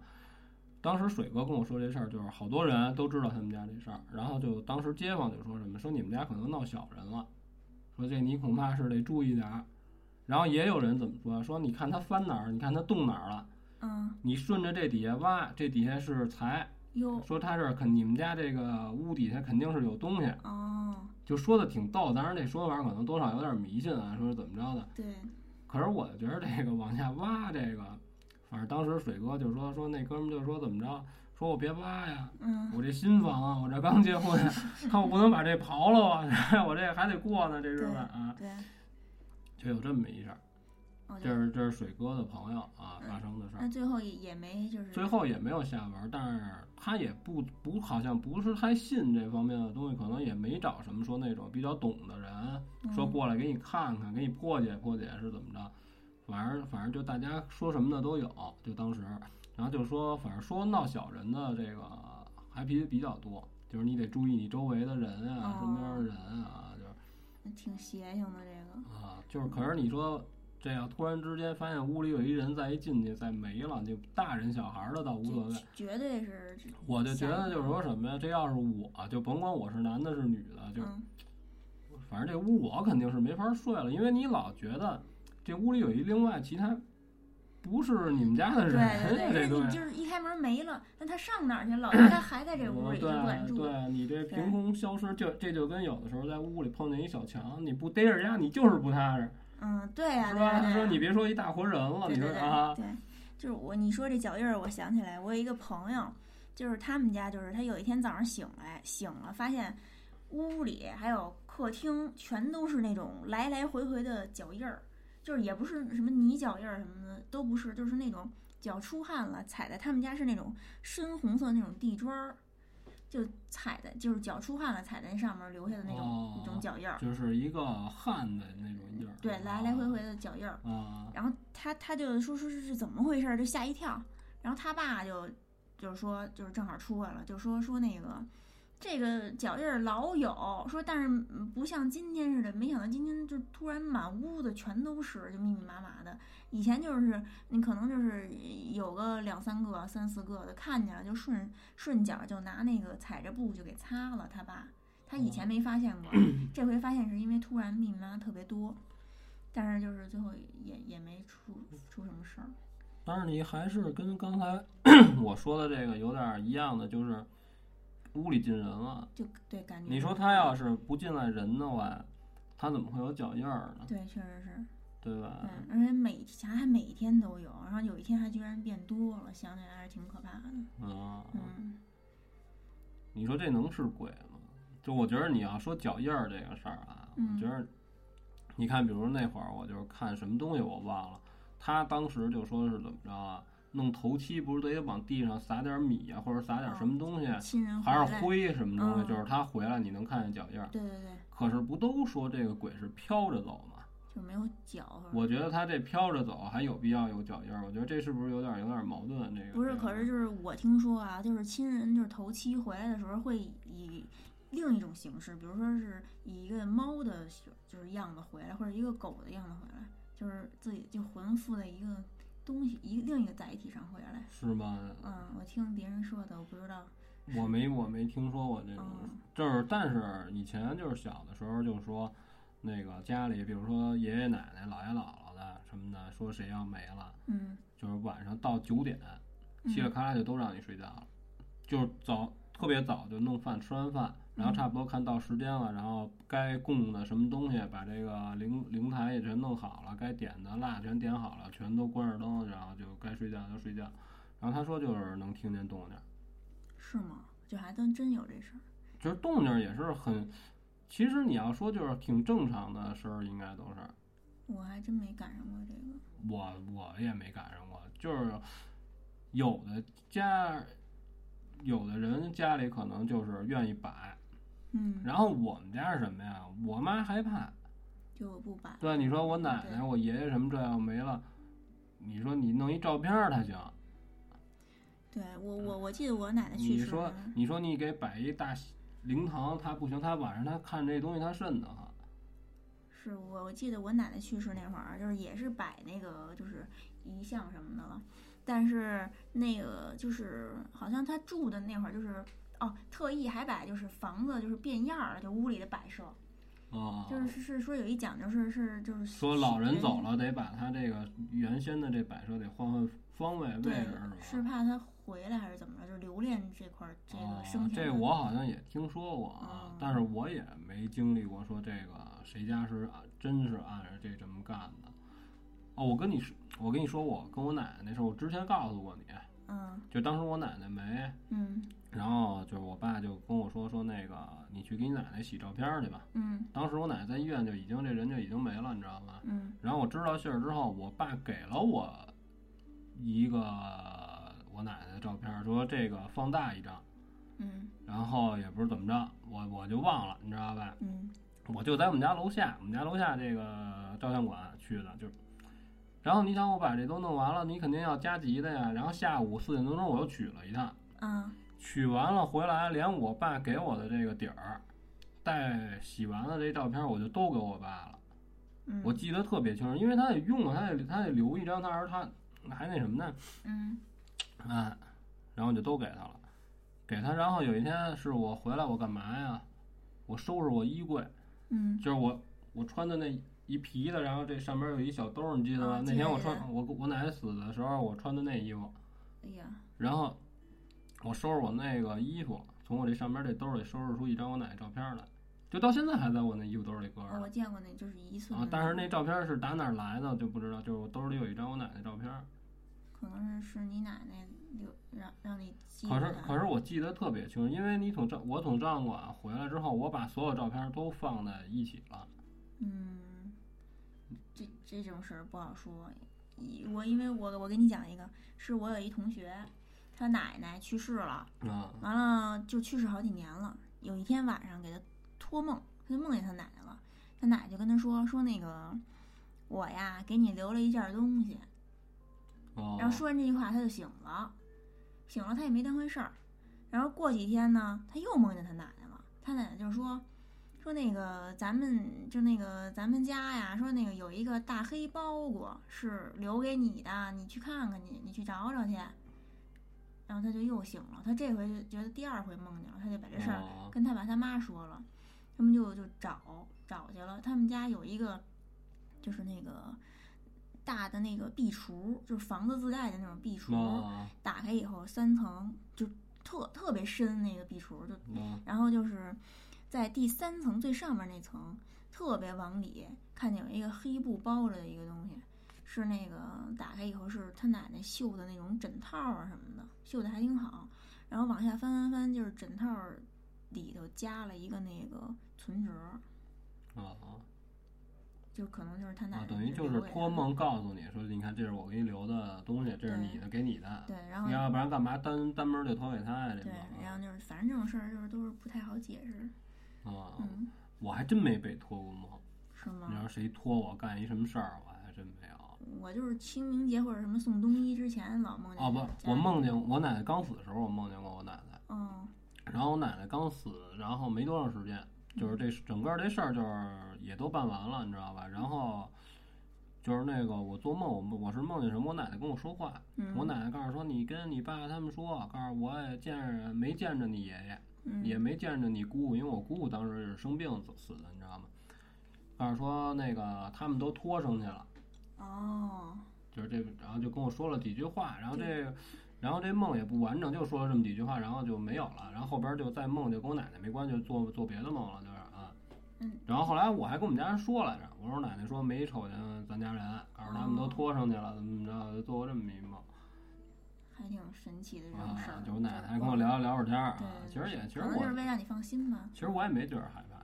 S2: 当时水哥跟我说这事儿，就是好多人啊都知道他们家这事儿，然后就当时街坊就说什么，说你们家可能闹小人了，说这你恐怕是得注意点儿。然后也有人怎么说，说你看他翻哪儿，你看他动哪儿了，
S1: 嗯，
S2: 你顺着这底下挖，这底下是财，
S1: 哟，
S2: 说他这儿肯你们家这个屋底下肯定是有东西，
S1: 哦，
S2: 就说的挺逗，当然这说法可能多少有点迷信啊，说是怎么着的。
S1: 对，
S2: 可是我觉得这个往下挖这个，反正当时水哥就说说那哥们儿就说怎么着，说我别挖呀，
S1: 嗯，
S2: 我这新房啊，我这刚 结婚，看我不能把这刨了啊， 我这还得过呢，这日子啊，
S1: 对，
S2: 就有这么一事儿。
S1: 我就
S2: 这是这是水哥的朋友啊
S1: 嗯
S2: 发生的事儿，
S1: 那最后也也没就是
S2: 最后也没有下文，但是他也不不好像不是太信这方面的东西，可能也没找什么说那种比较懂的人说
S1: 嗯
S2: 过来给你看看，给你破解破解是怎么着，反正反正就大家说什么的都有，就当时，然后就说反正说闹小人的这个还比比较多，就是你得注意你周围的人啊，身边的人啊，就是。
S1: 挺邪性的这个，
S2: 啊，就是可是你说这样突然之间发现屋里有一人再一进去再没了，就大人小孩儿的倒无所谓
S1: 这。绝对是这，
S2: 我就觉得就是说什么呀，这要是我就甭管我是男的是女的，就
S1: 嗯，
S2: 反正这屋我肯定是没法睡了，因为你老觉得这屋里有一另外其他不是你们家的
S1: 对
S2: 人
S1: 对
S2: 呀，
S1: 对，
S2: 这
S1: 那
S2: 东
S1: 你
S2: 西。
S1: 就是一开门没了，那他上哪儿 去？老他还在这屋
S2: 嗯
S1: 里，就不敢
S2: 对
S1: 住，
S2: 对，你这
S1: 对
S2: 凭空消失，就这就跟有的时候在屋里碰见一小强，你不逮着家，你就是不踏实，
S1: 嗯，对呀，
S2: 是
S1: 对呀
S2: 吧？
S1: 对
S2: 说
S1: 呀
S2: 你别说一大活人了，
S1: 对
S2: 你
S1: 对
S2: 说
S1: 对
S2: 啊，
S1: 对，就是我你说这脚印儿，我想起来，我有一个朋友，就是他们家，就是他有一天早上醒来，醒了发现屋里还有客厅全都是那种来来回回的脚印儿，就是也不是什么泥脚印儿什么的，都不是，就是那种脚出汗了踩在他们家是那种深红色那种地砖儿。就踩的，就是脚出汗了，踩在那上面留下的那种、那
S2: 哦
S1: 种脚印儿，
S2: 就是一个汉的那种印儿，
S1: 对，来来回回的脚印儿。
S2: 啊，
S1: 然后他他就说说是是怎么回事儿，就吓一跳。然后他爸就就是说就是正好出来了，就说说那个这个脚印儿老有，说但是嗯不像今天似的，没想到今天就突然满屋子全都是，就密密麻麻的。以前就是你可能就是有个两三个、三四个的，看见了就顺顺脚就拿那个踩着布就给擦了。他爸他以前没发现过，
S2: 哦
S1: 这回发现是因为突然密密麻麻特别多。但是就是最后也也没出
S2: 嗯
S1: 出什么事儿。
S2: 但是你还是跟刚才 我说的这个有点儿一样的，就是屋里进人了。
S1: 就对，感觉
S2: 你说他要是不进来人的话，他怎么会有脚印儿呢？
S1: 对，确实是，
S2: 对吧
S1: 对？，而且每还每天都有，然后有一天还居然变多了，想起来还是挺可怕的。
S2: 嗯，
S1: 嗯，
S2: 你说这能是鬼吗？就我觉得你要说脚印儿这个事儿啊，
S1: 嗯
S2: 我觉得，你看，比如那会儿我就是看什么东西我忘了，他当时就说是怎么着啊，弄头七不是得往地上撒点米啊，或者撒点什么东西，
S1: 亲人哦回
S2: 还
S1: 来，
S2: 是灰什么东
S1: 嗯
S2: 西，就是他回来你能看见脚印儿。
S1: 对对对，
S2: 可是不都说这个鬼是飘着走吗？
S1: 就没有脚。
S2: 我觉得他这飘着走还有必要有脚印儿，我觉得这是不是有点有点矛盾？这个
S1: 不是，
S2: 这个
S1: 可是就是我听说啊，就是亲人就是头七回来的时候会以另一种形式，比如说是以一个猫的形就是样子回来，或者一个狗的样子回来，就是自己就魂附在一个东西一个另一个载体上回来。
S2: 是吗？
S1: 嗯，我听别人说的，我不知道。
S2: 我没我没听说过这种
S1: 嗯，
S2: 就是但是以前就是小的时候就说，那个家里比如说爷爷奶奶、姥爷姥姥的什么的，说谁要没了，
S1: 嗯，
S2: 就是晚上到九点，
S1: 嗯
S2: 嘁里咔啦就都让你睡觉了，就是早特别早就弄饭，吃完饭，然后差不多看到时间了，然后该供的什么东西，把这个灵灵台也全弄好了，该点的蜡全点好了，全都关着灯，然后就该睡觉就睡觉。然后他说就是能听见动静儿，
S1: 是吗？就还真真有这事儿。
S2: 就是动静儿也是很，其实你要说就是挺正常的事儿，应该都是
S1: 我还真没赶上过这个。
S2: 我我也没赶上过，就是有的家有的人家里可能就是愿意摆，
S1: 嗯，
S2: 然后我们家是什么呀？我妈害怕，
S1: 就我不摆。
S2: 对你说我奶奶、
S1: 对
S2: 我爷爷什么这要没了，你说你弄一照片儿它行，
S1: 对我我我记得我奶奶去
S2: 你
S1: 世的
S2: 说
S1: 时候，
S2: 你说你给摆一大灵堂，它不行，它晚上它看这东西它瘆得慌。
S1: 是我我记得我奶奶去世那会儿，就是也是摆那个就是遗像什么的了，但是那个就是好像她住的那会儿就是哦，特意还把就是房子就是变样儿了，就屋里的摆设，
S2: 啊，
S1: 就是是是说有一讲究是是就是
S2: 说老人走
S1: 了。
S2: 了，得把他这个原先的这摆设得换换方位位
S1: 对
S2: 置，是
S1: 是
S2: 吧？
S1: 怕他回来还是怎么着？就是留恋这块儿这
S2: 哦
S1: 个生前、
S2: 这我好像也听说过啊
S1: 嗯，
S2: 但是我也没经历过说这个谁家是按真是按着这这么干的。哦，我跟你说，我跟你说，我跟我奶奶那事儿，我之前告诉过你，
S1: 嗯
S2: 就当时我奶奶没，
S1: 嗯
S2: 然后就是我爸就跟我说说那个你去给你奶奶洗照片儿去吧。
S1: 嗯
S2: 当时我奶奶在医院就已经这人就已经没了，你知道吗？
S1: 嗯
S2: 然后我知道信儿之后，我爸给了我一个我奶奶的照片，说这个放大一张，
S1: 嗯
S2: 然后也不是怎么着，我我就忘了，你知道吧？
S1: 嗯
S2: 我就在我们家楼下，我们家楼下这个照相馆去的，就是。然后你想，我把这都弄完了，你肯定要加急的呀。然后下午四点多钟我又取了一趟，
S1: 嗯
S2: 取完了回来，连我爸给我的这个底儿，带洗完了这照片，我就都给我爸了。
S1: 嗯，
S2: 我记得特别清楚，因为他得用啊，他得他得留一张，他说他还那什么呢，
S1: 嗯
S2: 啊，然后就都给他了，给他。然后有一天是我回来，我干嘛呀？我收拾我衣柜，
S1: 嗯
S2: 就是我我穿的那一皮的，然后这上边有一小兜儿，你记得吗？
S1: 啊
S2: 那
S1: 记
S2: 天
S1: 得
S2: 我
S1: 记得
S2: 穿我我奶奶死的时候，我穿的那衣服，
S1: 哎呀
S2: 然后我收拾我那个衣服，从我这上边这兜儿里收拾出一张我奶奶照片来，就到现在还在我那衣服兜儿里搁着呢
S1: 哦我。见过那就是一寸
S2: 啊
S1: 的，
S2: 但是那照片是打哪儿来的就不知道，就是我兜里有一张我奶奶照片，
S1: 可能是是你奶奶留让让你记
S2: 可
S1: 住
S2: 是
S1: 的
S2: 可是我记得特别清，楚，因为你从照我从照相馆回来之后，我把所有照片都放在一起了。
S1: 嗯，这这种事儿不好说。一我因为我我给你讲一个，是我有一同学，他奶奶去世了。
S2: 啊
S1: 完了就去世好几年了。有一天晚上给他托梦，他就梦见他奶奶了。他奶奶就跟他说说那个我呀给你留了一件东西，
S2: 哦
S1: 然后说完这句话他就醒了，醒了他也没当回事儿。然后过几天呢，他又梦见他奶奶了。他奶奶就说说那个咱们就那个咱们家呀，说那个有一个大黑包裹是留给你的，你去看看你，你去找找去。然后他就又醒了，他这回就觉得第二回梦见了，他就把这事儿
S2: 哦
S1: 跟他爸他妈说了，他们就就找找去了。他们家有一个就是那个大的那个壁橱，就是房子自带的那种壁橱，
S2: 哦
S1: 打开以后三层就特特别深那个壁橱，就
S2: 哦
S1: 然后就是在第三层最上面那层，特别往里看见有一个黑布包着的一个东西，是那个打开以后是他奶奶绣的那种枕套啊什么的，绣的还挺好。然后往下翻翻翻，就是枕套里头加了一个那个存折，
S2: 哦哦
S1: 就可能就是他奶
S2: 啊
S1: 奶、，
S2: 等于就是托。梦告诉你说，你看这是我给你留的东西，这是你的，给你的。
S1: 对，然后
S2: 你要不然干嘛单单门儿就托给他呀？这
S1: 对
S2: 种，
S1: 然后就是反正这种事儿就是都是不太好解释，
S2: 啊，
S1: 嗯，
S2: 我还真没被托过梦。
S1: 是
S2: 你
S1: 吗？
S2: 要谁托我干一什么事儿，我还真没有。
S1: 我就是清明节或者什么送冬衣之前老梦见
S2: 哦
S1: 我家
S2: 不，我
S1: 里，
S2: 梦见我奶奶刚死的时候，我梦见过我奶奶。
S1: 哦，
S2: 然后我奶奶刚死，然后没多长时间，就是这
S1: 嗯
S2: 整个这事儿就是也都办完了，你知道吧？然后就是那个我做梦，我梦我是梦见什么？我奶奶跟我说话，
S1: 嗯，
S2: 我奶奶告诉说你跟你爸他们说，告诉我也见着没见着你爷爷，
S1: 嗯
S2: 也没见着你姑姑，因为我姑姑当时是生病死死的，你知道吗？告诉说那个他们都托生去了。
S1: 哦，
S2: 就是这，然后就跟我说了几句话，然后这，然后这梦也不完整，就说了这么几句话，然后就没有了，然后后边就再梦就跟我奶奶没关系，就做做别的梦了，就是啊，
S1: 嗯，
S2: 然后后来我还跟我们家人说来着，我说我奶奶说没瞅见咱家人，告诉他
S1: 哦
S2: 们都拖上去了，怎么着，就做过这么一梦
S1: 还挺神奇的这种事儿
S2: 啊，。就我奶奶还跟我聊聊会儿天儿啊
S1: 对，
S2: 其实也其实
S1: 可能就是
S2: 我
S1: 为了让你放心吧。
S2: 其实我也没觉得害怕，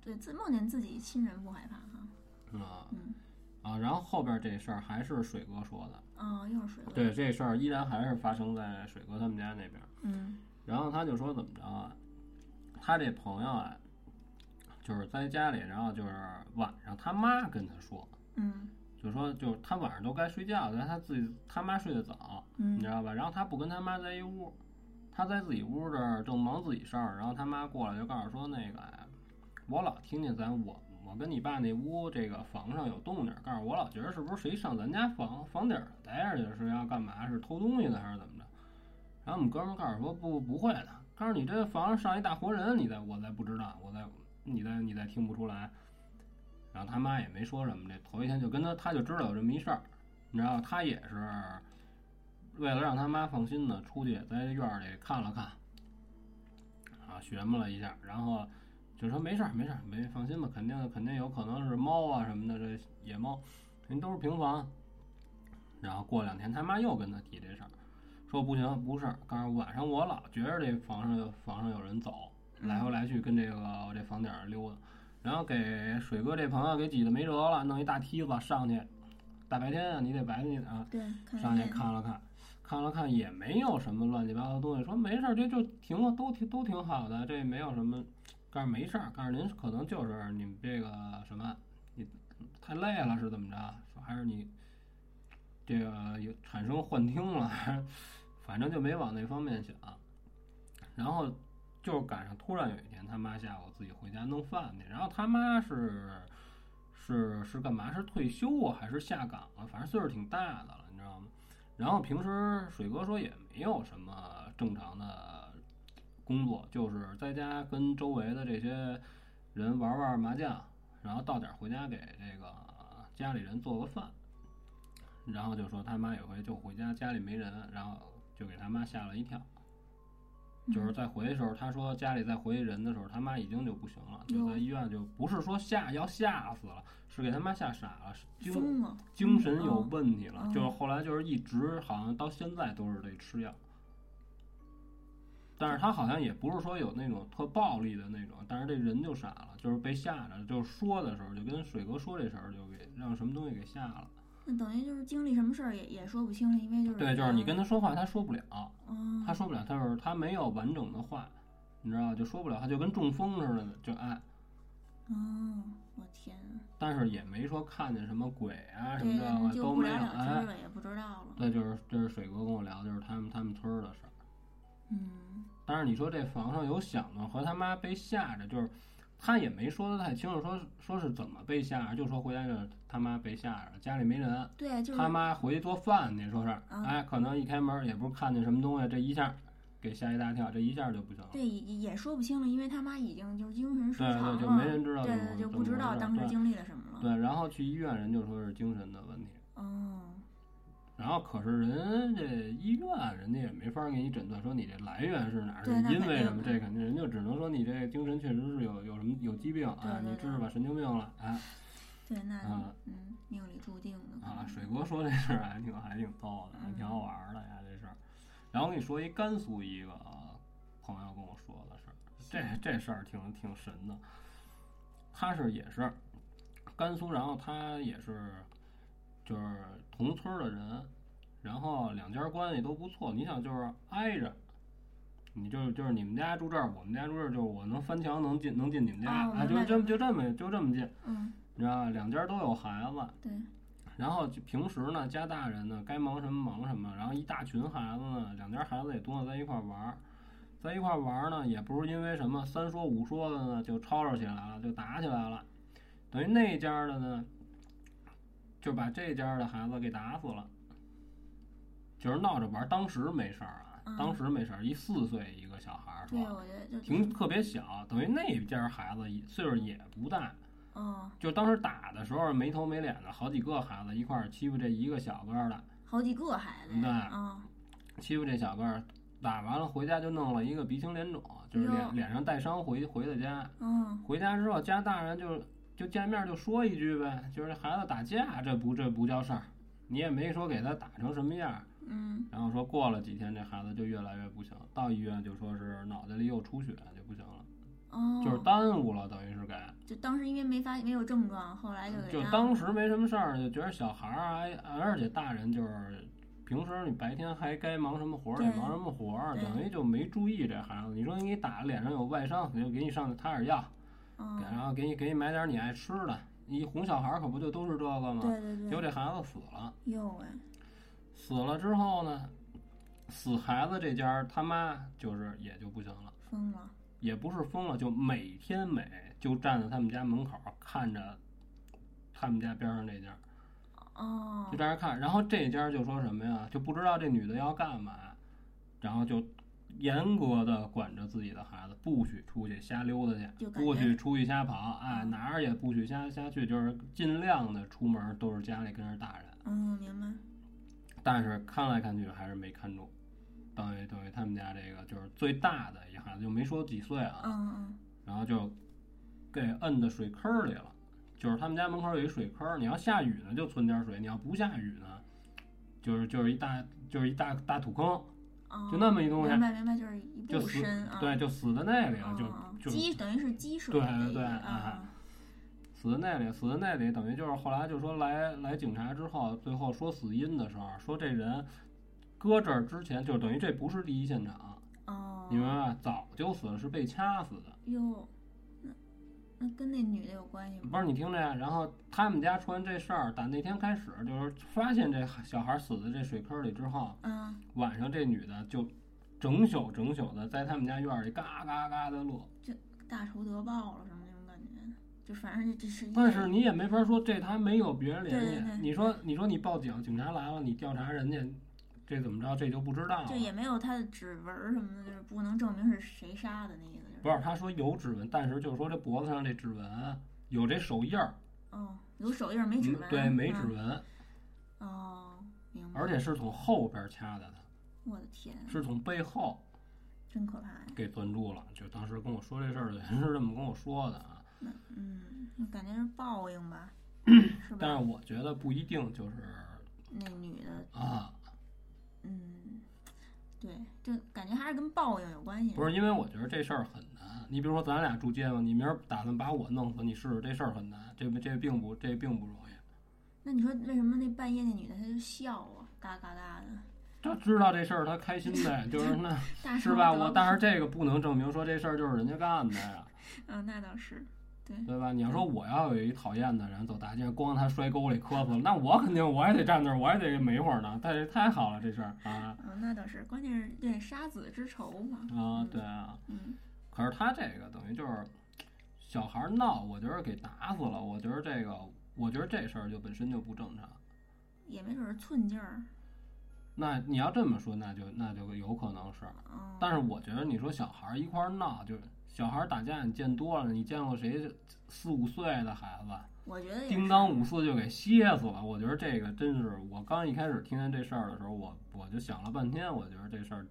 S1: 对，自梦见自己亲人不害怕哈。
S2: 啊
S1: 嗯，
S2: 啊，然后后边这事儿还是水哥说的，
S1: 哦，又是水鬼。，
S2: 啊对，这事儿依然还是发生在水哥他们家那边儿。
S1: 嗯
S2: 然后他就说怎么着啊，他这朋友啊，就是在家里，然后就是晚上他妈跟他说，
S1: 嗯
S2: 就说就是他晚上都该睡觉，但是他自己他妈睡得早，你知
S1: 嗯
S2: 道吧？然后他不跟他妈在一屋，他在自己屋这儿正忙自己事儿，然后他妈过来就告诉说那个，哎我老听见咱我我跟你爸那屋这个房上有动静儿，告诉我老觉得是不是谁上咱家房房顶儿待着去是要干嘛？是偷东西的还是怎么着？然后我们哥们儿告诉说不不会的，告诉你这房上上一大活人，你再我再不知道，我再你再你再听不出来。然后他妈也没说什么，这头一天就跟他他就知道有这么一事儿，你知道他也是为了让他妈放心呢，出去也在院儿里看了看，啊，学摸了一下，然后就说没事儿没事儿，没放心吧，肯定肯定有可能是猫啊什么的，这野猫，人都是平房。然后过两天他妈又跟他提这事儿，说不行不是，告诉晚上我老觉着这房上有房上有人走，来回来去跟这个我这房顶儿溜达，然后给水哥这朋友给挤得没辙了，弄一大梯子上去，大白天啊你得白天啊
S1: 对，看
S2: 上去
S1: 见
S2: 看了看，看了看也没有什么乱七八糟的东西，说没事儿，这就停了，都挺都挺好的，这没有什么。告诉没事儿，告诉您可能就是你们这个什么，你太累了是怎么着？还是你这个有产生幻听了？ 还是反正就没往那方面想。然后就赶上突然有一天，他妈下午自己回家弄饭去，然后他妈是是是干嘛？是退休啊，还是下岗啊？反正岁数挺大的了，你知道吗？然后平时水哥说也没有什么正常的工作，就是在家跟周围的这些人玩玩麻将，然后到点儿回家给这个家里人做个饭。然后就说他妈有回就回家，家里没人，然后就给他妈吓了一跳。
S1: 嗯
S2: 就是再回的时候，他说家里再回人的时候，他妈已经就不行了，就在医院，就不是说吓要吓死了，是给他妈吓傻了，是精
S1: 嗯疯了，
S2: 精神有问题了
S1: 嗯，
S2: 就是后来就是一直好像到现在都是得吃药，但是他好像也不是说有那种特暴力的那种，但是这人就傻了，就是被吓着，就是说的时候就跟水哥说这事儿，就给让什么东西给吓了，
S1: 那等于就是经历什么事儿也也说不清了，因为就是
S2: 对，就是你跟他说话他说不了，
S1: 嗯
S2: 他说不了，他就是他没有完整的话，你知道，就说不了，他就跟中风似的，就哎，
S1: 哦，我天啊，
S2: 但是也没说看见什么鬼啊什
S1: 对
S2: 么这个
S1: 就
S2: 都
S1: 不
S2: 没
S1: 了
S2: 有，
S1: 了之
S2: 哎，
S1: 了，也不知道了。
S2: 对，就是这是水哥跟我聊，就是他们他们村儿的事儿。
S1: 嗯
S2: 但是你说这房上有响动和他妈被吓着，就是他也没说的太清楚，说说是怎么被吓着，就说回家就是他妈被吓着，家里没人，，
S1: 对，就是
S2: 他妈回去做饭去，说是，
S1: 嗯
S2: 哎，可能一开门也不是看见什么东西，这一下给吓一大跳，这一下就不行了。
S1: 对，也也说不清了，因为他妈已经就是精神失
S2: 对对
S1: 常了，
S2: 就没人知道
S1: 啊对
S2: 怎么
S1: 对，就
S2: 怎
S1: 不
S2: 么
S1: 知
S2: 回
S1: 道
S2: 事
S1: 当时
S2: 对
S1: 经历了什么了。
S2: 对，然后去医院人就说是精神的问题，
S1: 哦，
S2: 然后可是人这医院人家也没法给你诊断说你这来源是哪儿，是
S1: 对那
S2: 因
S1: 肯
S2: 为
S1: 定
S2: 什么，这肯定人就只能说你这精神确实是有有什么有疾病啊，
S1: 对对
S2: 你
S1: 对
S2: 治吧神经病了，哎
S1: 对，那
S2: 嗯
S1: 嗯，命里注定的嗯
S2: 啊，水哥说这事儿还挺还挺逗的，还挺好玩儿的呀这事儿。然后我跟你说一甘肃一个啊朋友跟我说的事儿，这这事儿挺挺神的。他是也是甘肃，然后他也是就是同村儿的人，然后两家关系都不错。你想就是挨着，你就就是你们家住这儿，我们家住这儿，就是我能翻墙能进能进你们家，
S1: 哦
S2: 啊，
S1: 明
S2: 就
S1: 白
S2: 这么
S1: 明
S2: 就这么就这么近，
S1: 嗯，
S2: 你知道吧？两家都有孩子，
S1: 对，
S2: 然后就平时呢，家大人呢该忙什么忙什么，然后一大群孩子呢，两家孩子也多了，在一块儿玩儿，在一块儿玩儿呢，也不是因为什么三说五说的呢就吵吵起来了，就打起来了，等于那家的呢就把这家的孩子给打死了，就是闹着玩儿，当时没事儿啊，
S1: 嗯
S2: 当时没事儿，一四岁一个小孩儿说
S1: 对，，我觉得就
S2: 挺特别小，等于那家孩子也岁数也不大，
S1: 哦，
S2: 就当时打的时候没头没脸的，好几个孩子一块儿欺负这一个小个儿的，
S1: 好几个孩子
S2: 对
S1: 呀，啊，
S2: 欺负这小个儿，打完了回家就弄了一个鼻青脸肿，就是
S1: 哟
S2: 脸脸上带伤回回的家。
S1: 嗯，
S2: 回家之后，家大人就就见面就说一句呗，就是这孩子打架这不这不叫事儿，你也没说给他打成什么样儿。
S1: 嗯，
S2: 然后说过了几天，这孩子就越来越不行，到医院就说是脑袋里又出血就不行了，
S1: 哦，
S2: 就是耽误了，等于是给。
S1: 就就当时因为没发没有症状，后来就给
S2: 嗯就
S1: 他
S2: 当时没什么事儿，就觉得小孩儿啊，而且大人就是平时你白天还该忙什么活儿得
S1: 对
S2: 忙什么活儿，
S1: 对
S2: 等于就没注意这孩子。你说你打脸上有外伤，你就给你上点擦点药，给
S1: 嗯，
S2: 然后给你给你买点你爱吃的。你哄小孩儿可不就都是这个吗？
S1: 对对
S2: 结果
S1: 对，
S2: 这孩子死啊了，
S1: 哟喂，
S2: 死了之后呢，死孩子这家儿他妈就是也就不行了。
S1: 疯了，
S2: 也不是疯了，就每天每就站在他们家门口看着他们家边上这家，
S1: 哦
S2: 就，在那看。然后这家就说什么呀，就不知道这女的要干嘛，然后就严格的管着自己的孩子，不许出去瞎溜达去
S1: 就，感觉
S2: 不许出去瞎跑，啊，
S1: 嗯
S2: 哪儿也不许瞎瞎去，就是尽量的出门都是家里跟着大人。
S1: 嗯，明白，
S2: 但是看来看去还是没看住，等于等于他们家这个就是最大的一孩子，就没说几岁啊，
S1: 嗯嗯，
S2: 然后就给摁到水坑儿里了。就是他们家门口有一水坑儿，你要下雨呢就存点水，你要不下雨呢，就是就是一大就是一大大土坑，
S1: 哦，
S2: 就那么一东西
S1: 明白明白，就是一
S2: 就
S1: 步
S2: 死
S1: 深啊，
S2: 对，就死在那里了，
S1: 嗯，
S2: 就
S1: 嗯
S2: 就
S1: 积等于是积水
S2: 对
S1: 的
S2: 对
S1: 一
S2: 对
S1: 个
S2: 啊
S1: 啊，
S2: 死在那里，死在那里，等于就是后来就说来来警察之后，最后说死因的时候，说这人搁这儿之前，就等于这不是第一现场，
S1: 哦，
S2: 你明白吧？早就死了，是被掐死的。
S1: 哟，那那跟那女的有关系吗？
S2: 不是你听着呀，然后他们家出完这事儿，打那天开始，就是发现这小孩死在这水坑里之后，
S1: 嗯，
S2: 晚上这女的就整宿整宿的在他们家院儿里嘎嘎嘎的乐。
S1: 大仇得报了什么那种感觉，就反正这是一
S2: 但
S1: 个
S2: 是你也没法说这他没有别人联系，
S1: 嗯对对对
S2: 你说你说你报警，警察来了，你调查人家，这怎么着？这就不知道了
S1: 就。也没有他的指纹儿什么的，就是不能证明是谁杀的那意思，就是
S2: 不是，他说有指纹，但是就是说这脖子上这指纹有这手印儿，
S1: 哦，有手印儿没指纹，
S2: 对，没
S1: 嗯
S2: 指纹，
S1: 哦，明白。
S2: 而且是从后边掐的他，
S1: 我的天，
S2: 是从背后。
S1: 真可怕呀！
S2: 给攥住了。就当时跟我说这事儿的人是这么跟我说的啊，
S1: 那嗯，那感觉是报应 吧，是
S2: 但
S1: 吧？
S2: 是我觉得不一定就是
S1: 那女的，
S2: 啊，
S1: 嗯，对，就感觉还是跟报应有关系。
S2: 不是因为我觉得这事儿很难。你比如说咱俩住街坊，你明儿打算把我弄死，你试试这事儿很难，这这并不这并不容易。
S1: 那你说为什么那半夜那女的她就笑啊，嘎嘎嘎的？
S2: 他知道这事儿，他开心呗，就是那
S1: 大
S2: 是吧？
S1: 手得
S2: 我但是这个不能证明说这事儿就是人家干的呀，
S1: 嗯，那倒是，对，
S2: 对吧？你要说我要有一讨厌的人走大街，光他摔沟里磕死了，那我肯定我也得站那儿，我也得没会儿呢。但是太好了，这事儿啊
S1: 嗯，那倒是，关键是对杀子之仇嘛，
S2: 啊，对啊。
S1: 嗯，
S2: 可是他这个等于就是小孩闹，我觉得给打死了，我觉得这个，我觉得这事儿就本身就不正常。
S1: 也没准儿寸劲儿，
S2: 那你要这么说，那就那就有可能是，
S1: 嗯，
S2: 但是我觉得你说小孩一块儿闹，就是小孩打架你见多了，你见过谁四五岁的孩子
S1: 我觉得也
S2: 叮
S1: 是
S2: 当五四就给歇死了？我觉得这个真是，我刚一开始听见这事儿的时候，我我就想了半天，我觉得这事儿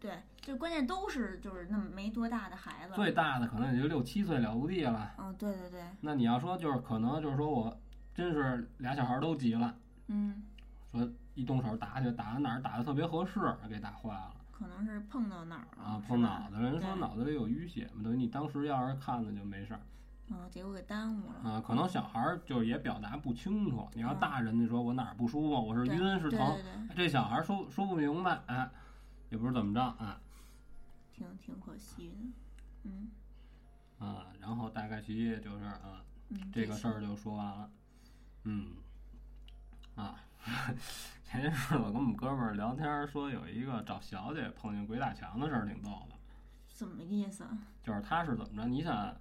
S1: 对，就关键都是就是那么没多大的孩子，
S2: 最大的可能也就六七岁了不地了。
S1: 嗯，对对对，
S2: 那你要说就是可能就是说我真是俩小孩儿都急了。
S1: 嗯，
S2: 说一动手打起来，打到哪儿打的特别合适，给打坏了
S1: 可能是碰到哪儿了
S2: 啊，
S1: 是
S2: 碰
S1: 吧
S2: 脑袋了。人说
S1: 对
S2: 脑袋里有淤血嘛，等于你当时要是看了就没事儿
S1: 嗯，结果给耽误了，
S2: 啊。可能小孩儿就是也表达不清楚，你要
S1: 嗯
S2: 大人就说我哪儿不舒服，我是
S1: 对
S2: 嗯晕是
S1: 对
S2: 疼
S1: 对，对，
S2: 这小孩儿说说不明白，哎，也不是怎么着啊
S1: 挺挺可惜的，嗯
S2: 啊。然后大概其也就是啊，
S1: 嗯，
S2: 这个事
S1: 期
S2: 儿就说完了，嗯啊。 前些日子我跟我们哥们儿聊天儿，说有一个找小姐碰见鬼打墙的事儿，挺逗的。
S1: 怎么意思啊？
S2: 就是他是怎么着？你想，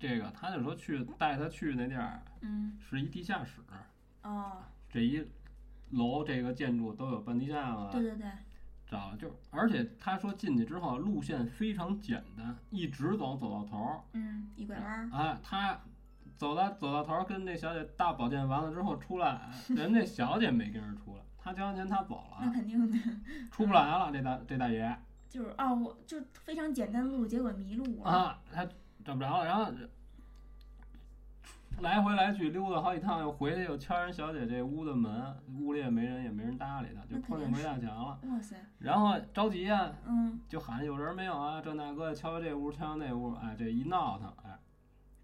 S2: 这个他就说去带他去那地儿
S1: 嗯，
S2: 是一地下室，嗯
S1: 哦，
S2: 这一楼这个建筑都有半地下
S1: 对
S2: 了，
S1: 对对，
S2: 找就而且他说进去之后路线非常简单，一直走走到头儿，
S1: 嗯，一拐弯儿，
S2: 啊，他走到走到头儿跟这小姐大保健完了之后出来，人这小姐没跟着出来，他交完钱他走
S1: 那
S2: 了，
S1: 肯定的，
S2: 出不来了，这大这大爷。
S1: 就是哦，我就非常简单的路，结果迷路了，
S2: 啊，他找不着了，然后来回来去溜达好几趟，又回去又敲人小姐这屋的门，屋里也没人，也没人搭理他，就
S1: 那肯
S2: 碰
S1: 定
S2: 见鬼打墙了。
S1: 哇塞，
S2: 然后着急呀、
S1: 嗯，
S2: 就喊有人没有啊？这那个敲敲这屋，敲敲那屋，哎，这一闹腾，哎，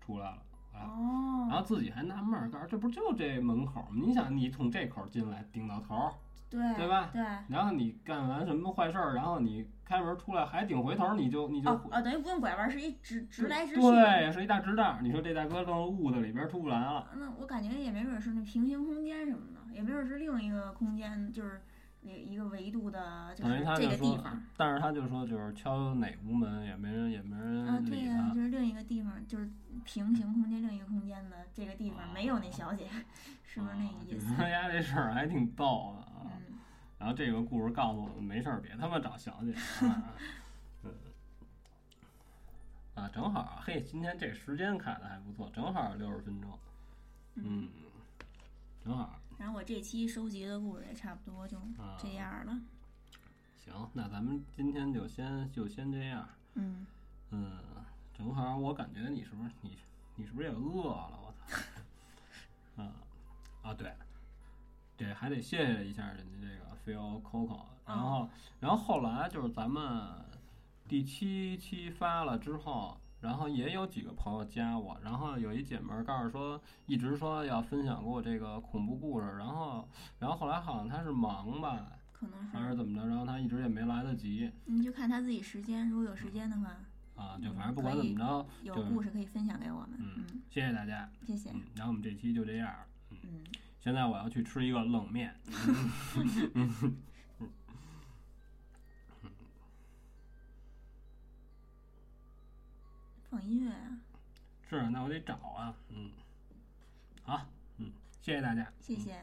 S2: 出来了，哎，了。然
S1: 哦，
S2: 后自己还纳闷儿，告诉这不就这门口吗？你想，你从这口进来顶到头儿，
S1: 对
S2: 对吧
S1: 对，
S2: 然后你干完什么坏事儿，然后你开门出来还顶回头儿，你就你就
S1: 哦哦，等于不用拐弯，是一直直来直去。
S2: 对，是一大直道儿。你说这大哥正悟的里边儿出不来了，
S1: 那我感觉也没准是那平行空间什么的，也没准是另一个空间，就是那一个维度的，就
S2: 等于
S1: 是
S2: 他
S1: 这
S2: 就
S1: 个地
S2: 说
S1: 方。，
S2: 但是他就说就是敲哪屋门也没人也没
S1: 啊，
S2: 人
S1: 对
S2: 嗯理
S1: 呀、
S2: 他。
S1: 就是另一个地方，就是平行空间另一个空间的这个地方没有那小姐，是不是那
S2: 啊
S1: 意
S2: 你
S1: 思？
S2: 说丫这事儿还挺逗的啊。
S1: 嗯，
S2: 然后这个故事告诉我们，没事儿别他妈找小姐 啊。嗯啊，正好啊，嘿，今天这时间卡的还不错，正好六十分钟，嗯，正好
S1: 然后我这期收集的故事也差不多就
S2: 啊，
S1: 这样了。
S2: 行，那咱们今天就先就先这样，
S1: 嗯，
S2: 嗯，正好我感觉你是不是你你是不是也饿了？我操！ 嗯，啊对，对，还得谢谢一下人家这个 Phil Coco。然后，然后后来就是咱们第七期发了之后，然后也有几个朋友加我，然后有一姐们儿告诉说，一直说要分享给我这个恐怖故事，然后，然后后来好像她是忙吧，
S1: 可能
S2: 还是
S1: 是
S2: 怎么着，然后她一直也没来得及
S1: 你就看他自己时间，如果有时间的话，
S2: 啊，就反正不管怎么着，
S1: 有
S2: 就是
S1: 故事可以分享给我们。
S2: 嗯
S1: 嗯，
S2: 谢谢大家。
S1: 谢谢。
S2: 嗯，然后我们这期就这样儿。
S1: 嗯，
S2: 现在我要去吃一个冷面。
S1: 放音乐啊，
S2: 是，那我得找啊。嗯，好，嗯，谢谢大家。
S1: 谢谢。